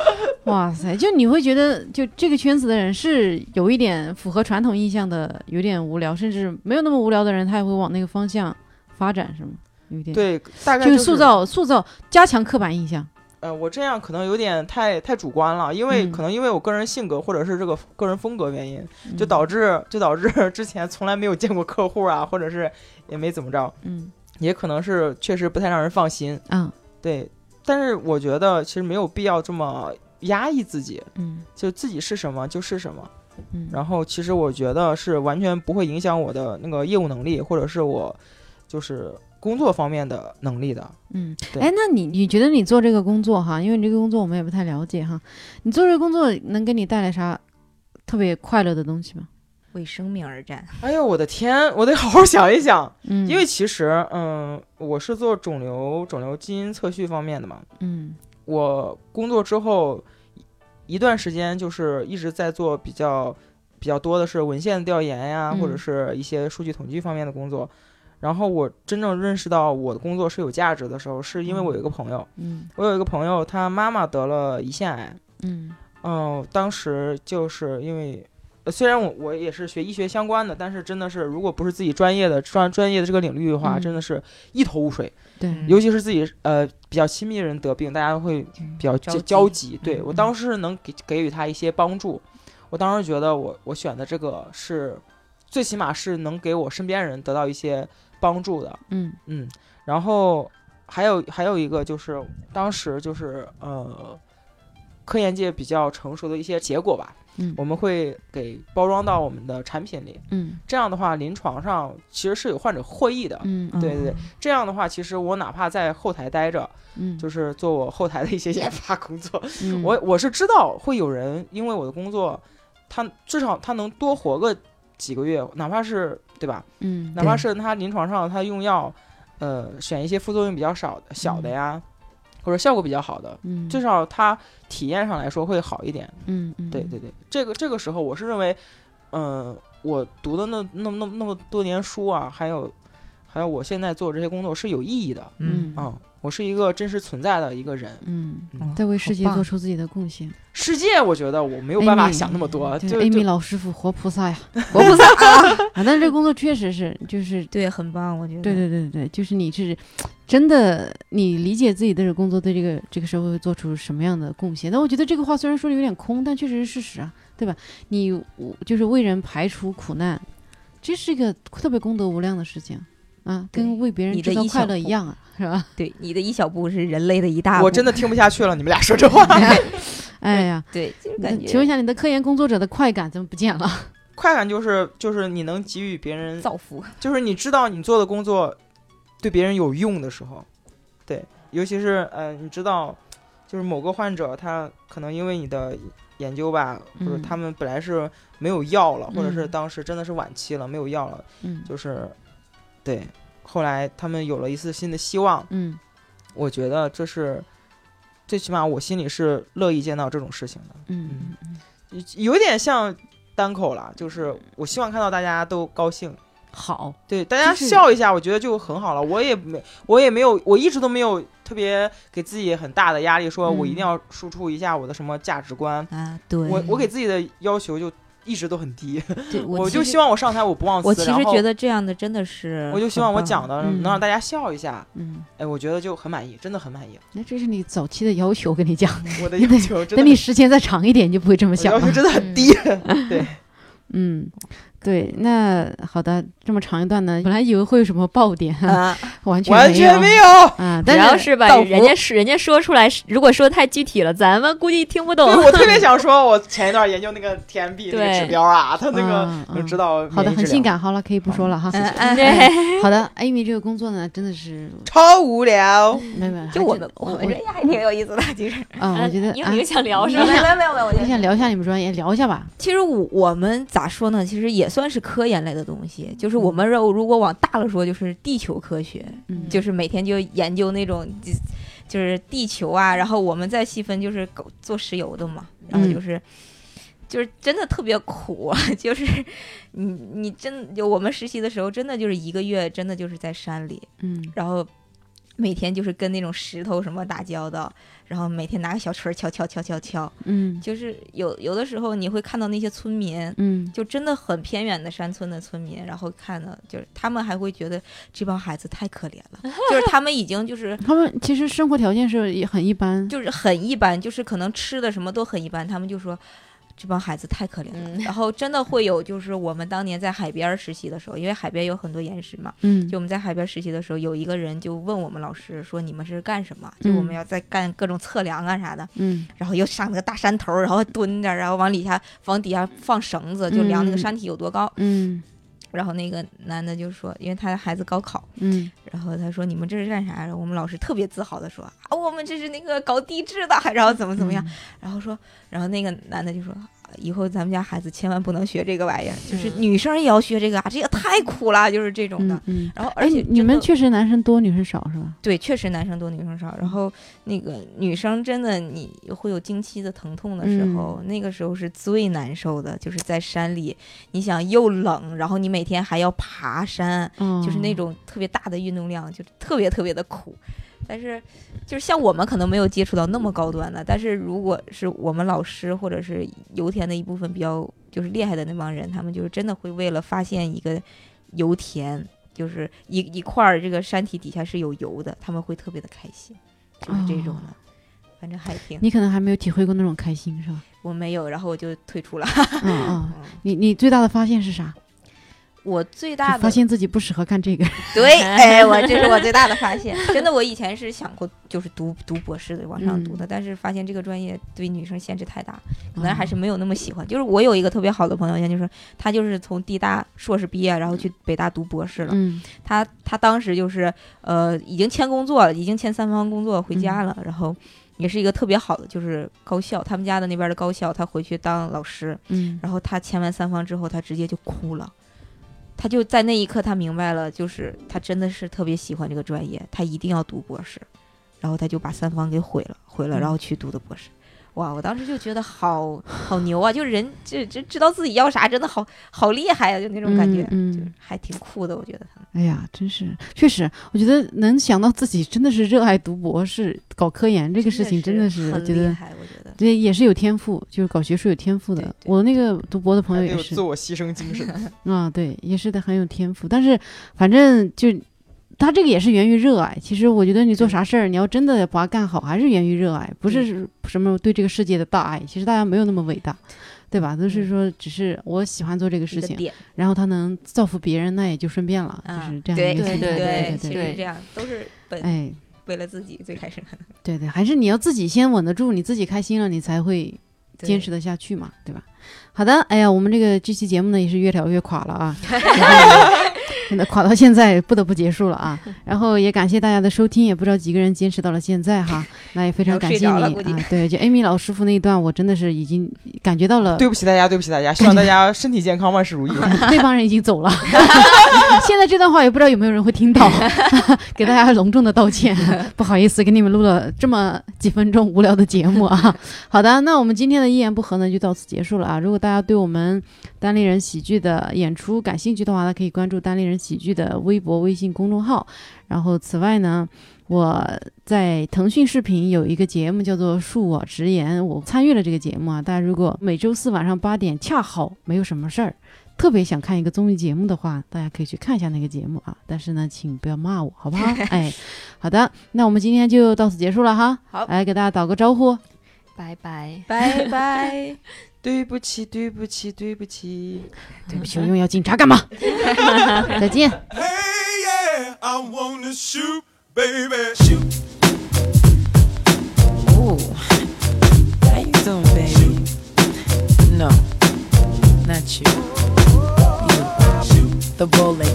A: 哇塞，就你会觉得，就这个圈子的人是有一点符合传统印象的，有点无聊，甚至没有那么无聊的人，他也会往那个方向发展，是吗？有一点，，
D: 对，大概
A: 就是是塑造、塑造、加强刻板印象。
D: 呃，我这样可能有点太太主观了，因为、
A: 嗯
D: 可能因为我个人性格或者是这个个人风格原因，
A: 嗯
D: 就导致就导致之前从来没有见过客户啊，或者是也没怎么着，
A: 嗯
D: 也可能是确实不太让人放心。
A: 啊
D: 对，但是我觉得其实没有必要这么压抑自己，
A: 嗯
D: 就自己是什么就是什么。
A: 嗯，
D: 然后其实我觉得是完全不会影响我的那个业务能力，或者是我就是工作方面的能力的。
A: 嗯，
D: 对
A: 哎，那你你觉得你做这个工作哈，因为你这个工作我们也不太了解哈，你做这个工作能给你带来啥特别快乐的东西吗？
C: 为生命而战，
D: 哎呦，我的天，我得好好想一想，
A: 嗯，
D: 因为其实，嗯，我是做肿瘤肿瘤基因测序方面的嘛，
A: 嗯
D: 我工作之后一段时间，就是一直在做比较比较多的是文献调研呀，
A: 嗯
D: 或者是一些数据统计方面的工作。然后我真正认识到我的工作是有价值的时候，是因为我有一个朋友，
A: 嗯
D: 我有一个朋友，他妈妈得了胰腺癌，
A: 嗯
D: 嗯、当时就是因为。呃虽然我我也是学医学相关的，但是真的是，如果不是自己专业的专专业的这个领域的话，
A: 嗯
D: 真的是一头雾水。
A: 对，
C: 嗯
D: 尤其是自己呃比较亲密的人得病，大家会比较
C: 着
D: 焦
C: 急
D: 焦急。对
A: 嗯
D: 我
A: 嗯
D: 当时能给给予他一些帮助，我当时觉得我我选的这个是最起码是能给我身边人得到一些帮助的。
A: 嗯
D: 嗯，然后还有还有一个就是当时就是呃。科研界比较成熟的一些结果吧，
A: 嗯
D: 我们会给包装到我们的产品里。
A: 嗯
D: 这样的话，临床上其实是有患者获益的。
A: 嗯，
D: 对对对，这样的话，其实我哪怕在后台待着，
A: 嗯，
D: 就是做我后台的一些研发工作，
A: 嗯
D: 我我是知道会有人因为我的工作，他至少他能多活个几个月，哪怕是对吧？
A: 嗯
D: 哪怕是他临床上他用药，呃，选一些副作用比较少的小的呀，或者效果比较好的，
A: 嗯，
D: 至少他体验上来说会好一点。
A: 嗯嗯，
D: 对对对，这个这个时候我是认为，嗯、我读的那那那那么多年书啊，还有还有我现在做这些工作是有意义的。
A: 嗯
D: 嗯，我是一个真实存在的一个人。
A: 嗯，
D: 嗯
A: 在为世界
C: 好棒
A: 做出自己的贡献。
D: 世界，我觉得我没有办法
A: Amy，
D: 想那么多，
A: 对
D: 啊就
A: ，Amy
D: 就
A: 老师傅，活菩萨呀，活菩萨啊！ 但是这个工作确实是，就是
C: 对，很棒，我觉得。
A: 对对对对，就是你是真的，你理解自己的这个工作对这个这个社会会做出什么样的贡献？但我觉得这个话虽然说的有点空，但确实是事实啊，对吧？你我就是为人排除苦难，这是一个特别功德无量的事情啊，跟为别人
C: 你的
A: 制造
C: 一
A: 快
C: 小
A: 乐一
C: 步
A: 样啊，是 吧？
C: 对你的一小步是人类的一大步。
D: 我真的听不下去了。你们俩说这话，
A: 哎呀，
C: 对，就是
A: 那
C: 感
A: 请问一
C: 觉
A: 下，你的科研工作者的快感怎么不见了？
D: 快感就是就是你能给予别人，
C: 造福。
D: 就是你知道你做的工作对别人有用的时候，对，尤其是呃，你知道，就是某个患者他可能因为你的研究吧，或者
A: 嗯
D: 他们本来是没有药了，或者是
A: 嗯
D: 当时真的是晚期了，没有药了，
A: 嗯
D: 就是对，后来他们有了一次新的希望，
A: 嗯
D: 我觉得这是最起码我心里是乐意见到这种事情的。
A: 嗯，
D: 有点像单口了，就是我希望看到大家都高兴，
A: 好，
D: 对大家
A: 就是
D: 笑一下，我觉得就很好了。我也没，我也没有，我一直都没有特别给自己很大的压力，说我
A: 嗯
D: 一定要输出一下我的什么价值观。
C: 啊，对，
D: 我我给自己的要求就一直都很低，
C: 对
D: 我
C: 我
D: 就希望我上台我不忘词，
C: 我其实
D: 然后
C: 觉得这样的真的是，
D: 我就希望我讲，的
A: 嗯
D: 能让大家笑一下，
A: 嗯，
D: 哎，我觉得就很满意，真的很满意。
A: 那这是你早期的要求，我跟你讲，
D: 我的要求真的
A: 等你时间再长一点，你就不会这么
D: 我
A: 想
D: 要求
A: 了。
D: 真的很低，
A: 嗯，对，那好的，这么长一段呢，本来以为会有什么爆点，
C: 啊，
A: 完全
D: 完全
A: 没
D: 没
A: 有
D: 有。
A: 啊，
B: 主要
A: 但
B: 是吧
C: 造，福
B: 人家是人家说出来，如果说太具体了，咱们估计听不
D: 对，
B: 懂。
D: 我特别想说，我前一段研究那个 TMB 那个
B: 对
D: 指标啊，它那个
A: 嗯
D: 能
A: 嗯
D: 知道
A: 好的，
D: 免疫
A: 很
D: 治
A: 性
D: 疗，
A: 感，好了，可以不说了哈。
C: 嗯嗯，
B: 对，
A: 好的，Amy 这个工作呢，真的是
D: 超无聊。
A: 没有没有，
C: 就
A: 还
C: 我
A: 真
C: 们
A: 我
C: 我们这还挺有意思的，其 实
A: 啊，我觉得
B: 嗯你有
A: 啊
B: 你有想聊是
A: 你
B: 吧？
A: 想
C: 有没有没有，我
A: 你想聊一下你们专业，聊一下吧。
C: 其实我我们咋说呢？其实也算是科研类的东西，就是我们如如果往大了说，就是地球科学，
A: 嗯，
C: 就是每天就研究那种就就是地球啊，然后我们再细分就是搞做石油的嘛，然后就是。就是真的特别苦啊！ 就是你你真就我们实习的时候，真的就是一个月，真的就是在山里，
A: 嗯
C: 然后每天就是跟那种石头什么打交道，然后每天拿个小锤儿敲敲敲敲敲，
A: 嗯
C: 就是有有的时候你会看到那些村民，
A: 嗯
C: 就真的很偏远的山村的村民，然后看到就是他们还会觉得这帮孩子太可怜了，就是他们已经就是
A: 他们其实生活条件是也很一般，
C: 就是很一般，就是可能吃的什么都很一般，他们就说。这帮孩子太可怜了，
B: 嗯
C: 然后真的会有，就是我们当年在海边儿实习的时候，因为海边有很多岩石嘛，
A: 嗯
C: 就我们在海边实习的时候，有一个人就问我们老师说：“你们是干什么？”就我们要在干各种测量啊啥的，
A: 嗯
C: 然后又上那个大山头，然后蹲着，然后往底下往底下放绳子，就量那
A: 嗯
C: 个山体有多高。
A: 嗯
C: 然后那个男的就说，因为他的孩子高考，
A: 嗯
C: 然后他说：“你们这是干啥？”然后我们老师特别自豪的说：“啊，我们这是那个搞地质的，然后怎么怎么样。”
A: 嗯
C: 然后说，然后那个男的就说。以后咱们家孩子千万不能学这个玩意儿，就是
B: 嗯
C: 女生也要学这个啊，这也太苦了，就是这种的。
A: 嗯嗯。
C: 然后，而
A: 哎，
C: 且
A: 你
C: 真
A: 你们
C: 的
A: 确实男生多，女生少是吧？
C: 对，确实男生多，女生少。然后那个女生真的你会有经期的疼痛的时候，那个时候是最难受的，就是在山里，你想又冷，然后你每天还要爬山，
A: 嗯，
C: 就是那种特别大的运动量，就特别特别的苦。但是，就是像我们可能没有接触到那么高端的，但是如果是我们老师或者是油田的一部分比较就是厉害的那帮人，他们就是真的会为了发现一个油田，就是一一块儿这个山体底下是有油的，他们会特别的开心，就是这种的。
A: 哦
C: 反正还挺，
A: 你可能还没有体会过那种开心 是吧？
C: 我没有，然后我就退出了。
A: 嗯嗯。
C: 嗯
A: 你你最大的发现是啥？
C: 我最
A: 就
C: 大的
A: 发现自己不适合干这个。
C: 对，哎，我这是我最大的发现。真的，我以前是想过就是读读博士的，往上读的，但是发现这个专业对女生限制太大， 可能还是没有那么喜欢。就是我有一个特别好的朋友，研究生，他就是从地大硕士毕业，然后去北大读博士了。
A: 嗯
C: 他他当时就是呃，已经签工作了，已经签三方工作回家了，然后也是一个特别好的就是高校，他们家的那边的高校，他回去当老师，
A: 嗯
C: 然后他签完三方之后，他直接就哭了。他就在那一刻，他明白了，就是他真的是特别喜欢这个专业，他一定要读博士。然后他就把三方给毁了，毁了，
A: 嗯
C: 然后去读的博士。哇，我当时就觉得好好牛啊！就人这这知道自己要啥，真的好好厉害啊！就那种感觉，
A: 嗯嗯
C: 就还挺酷的，我觉得他们。
A: 哎呀，真是，确实，我觉得能想到自己真的是热爱读博士、搞科研这
C: 这
A: 个事情，真的是，我
C: 很
A: 觉
C: 厉
A: 得
C: 害，我觉得。
A: 对，也是有天赋，就是搞学术有天赋的。
C: 对对
A: 我那个读博的朋友
D: 还得
A: 也
D: 有
A: 是
D: 自我牺牲精神，
A: 啊、对，也是的，很有天赋。但是反正就他这个也是源于热爱。其实我觉得你做啥事儿，你要真的把它干好，还是源于热爱，不是什么对这个世界的大爱。其实大家没有那么伟大，对吧？都是
C: 嗯
A: 说只是我喜欢做这个事
C: 你的
A: 情，
C: 点，
A: 然后他能造福别人，那也就顺便了，
C: 啊
A: 就是这样一个
C: 对
A: 心态。
B: 对
A: 对
C: 其
A: 对
C: 实这样都是本、
A: 哎，
C: 为了自己最开始
A: 对对，还是你要自己先稳得住，你自己开心了，你才会坚持
C: 的
A: 的下去 嘛，对吧？好的，哎呀，我们这个这期节目呢也是越聊越垮了啊。那垮到现在不得不结束了 啊！然后也感谢大家的收听，也不知道几个人坚持到了现在哈，那也非常
C: 都
A: 感
C: 睡
A: 谢
C: 着
A: 你
C: 了估计
A: 啊！对，就 Amy 老师傅那一段，我真的是已经感觉到了
D: 对不起大家，对不起大家，希望大家身体健康，万事如意。
A: 那帮人已经走了，现在这段话也不知道有没有人会听到， 给大家隆重的道歉，不好意思给你们录了这么几分钟无聊的节目啊。好的，那我们今天的一言不合呢就到此结束了啊。如果大家对我们单立人喜剧的演出感兴趣的话，呢，可以关注单立人喜剧的微博、微信公众号。然后此外呢，我在腾讯视频有一个节目叫做《恕我直言》，我参与了这个节目啊。大家如果每周四晚上八点恰好没有什么事儿，特别想看一个综艺节目的话，大家可以去看一下那个节目啊。但是呢，请不要骂我，好不好？ 哎，好的，那我们今天就到此结束了哈。
C: 好
A: 来给大家打个招呼。
B: 拜拜。
C: 拜拜。
D: 对不起，对不起，对不起。
A: 对哎不起，我用要警察干嘛？再见。
E: Hey, yeah, I wanna shoot, baby, shoot.
F: Ooh. How you doing, baby? No, not you. You, the bullet.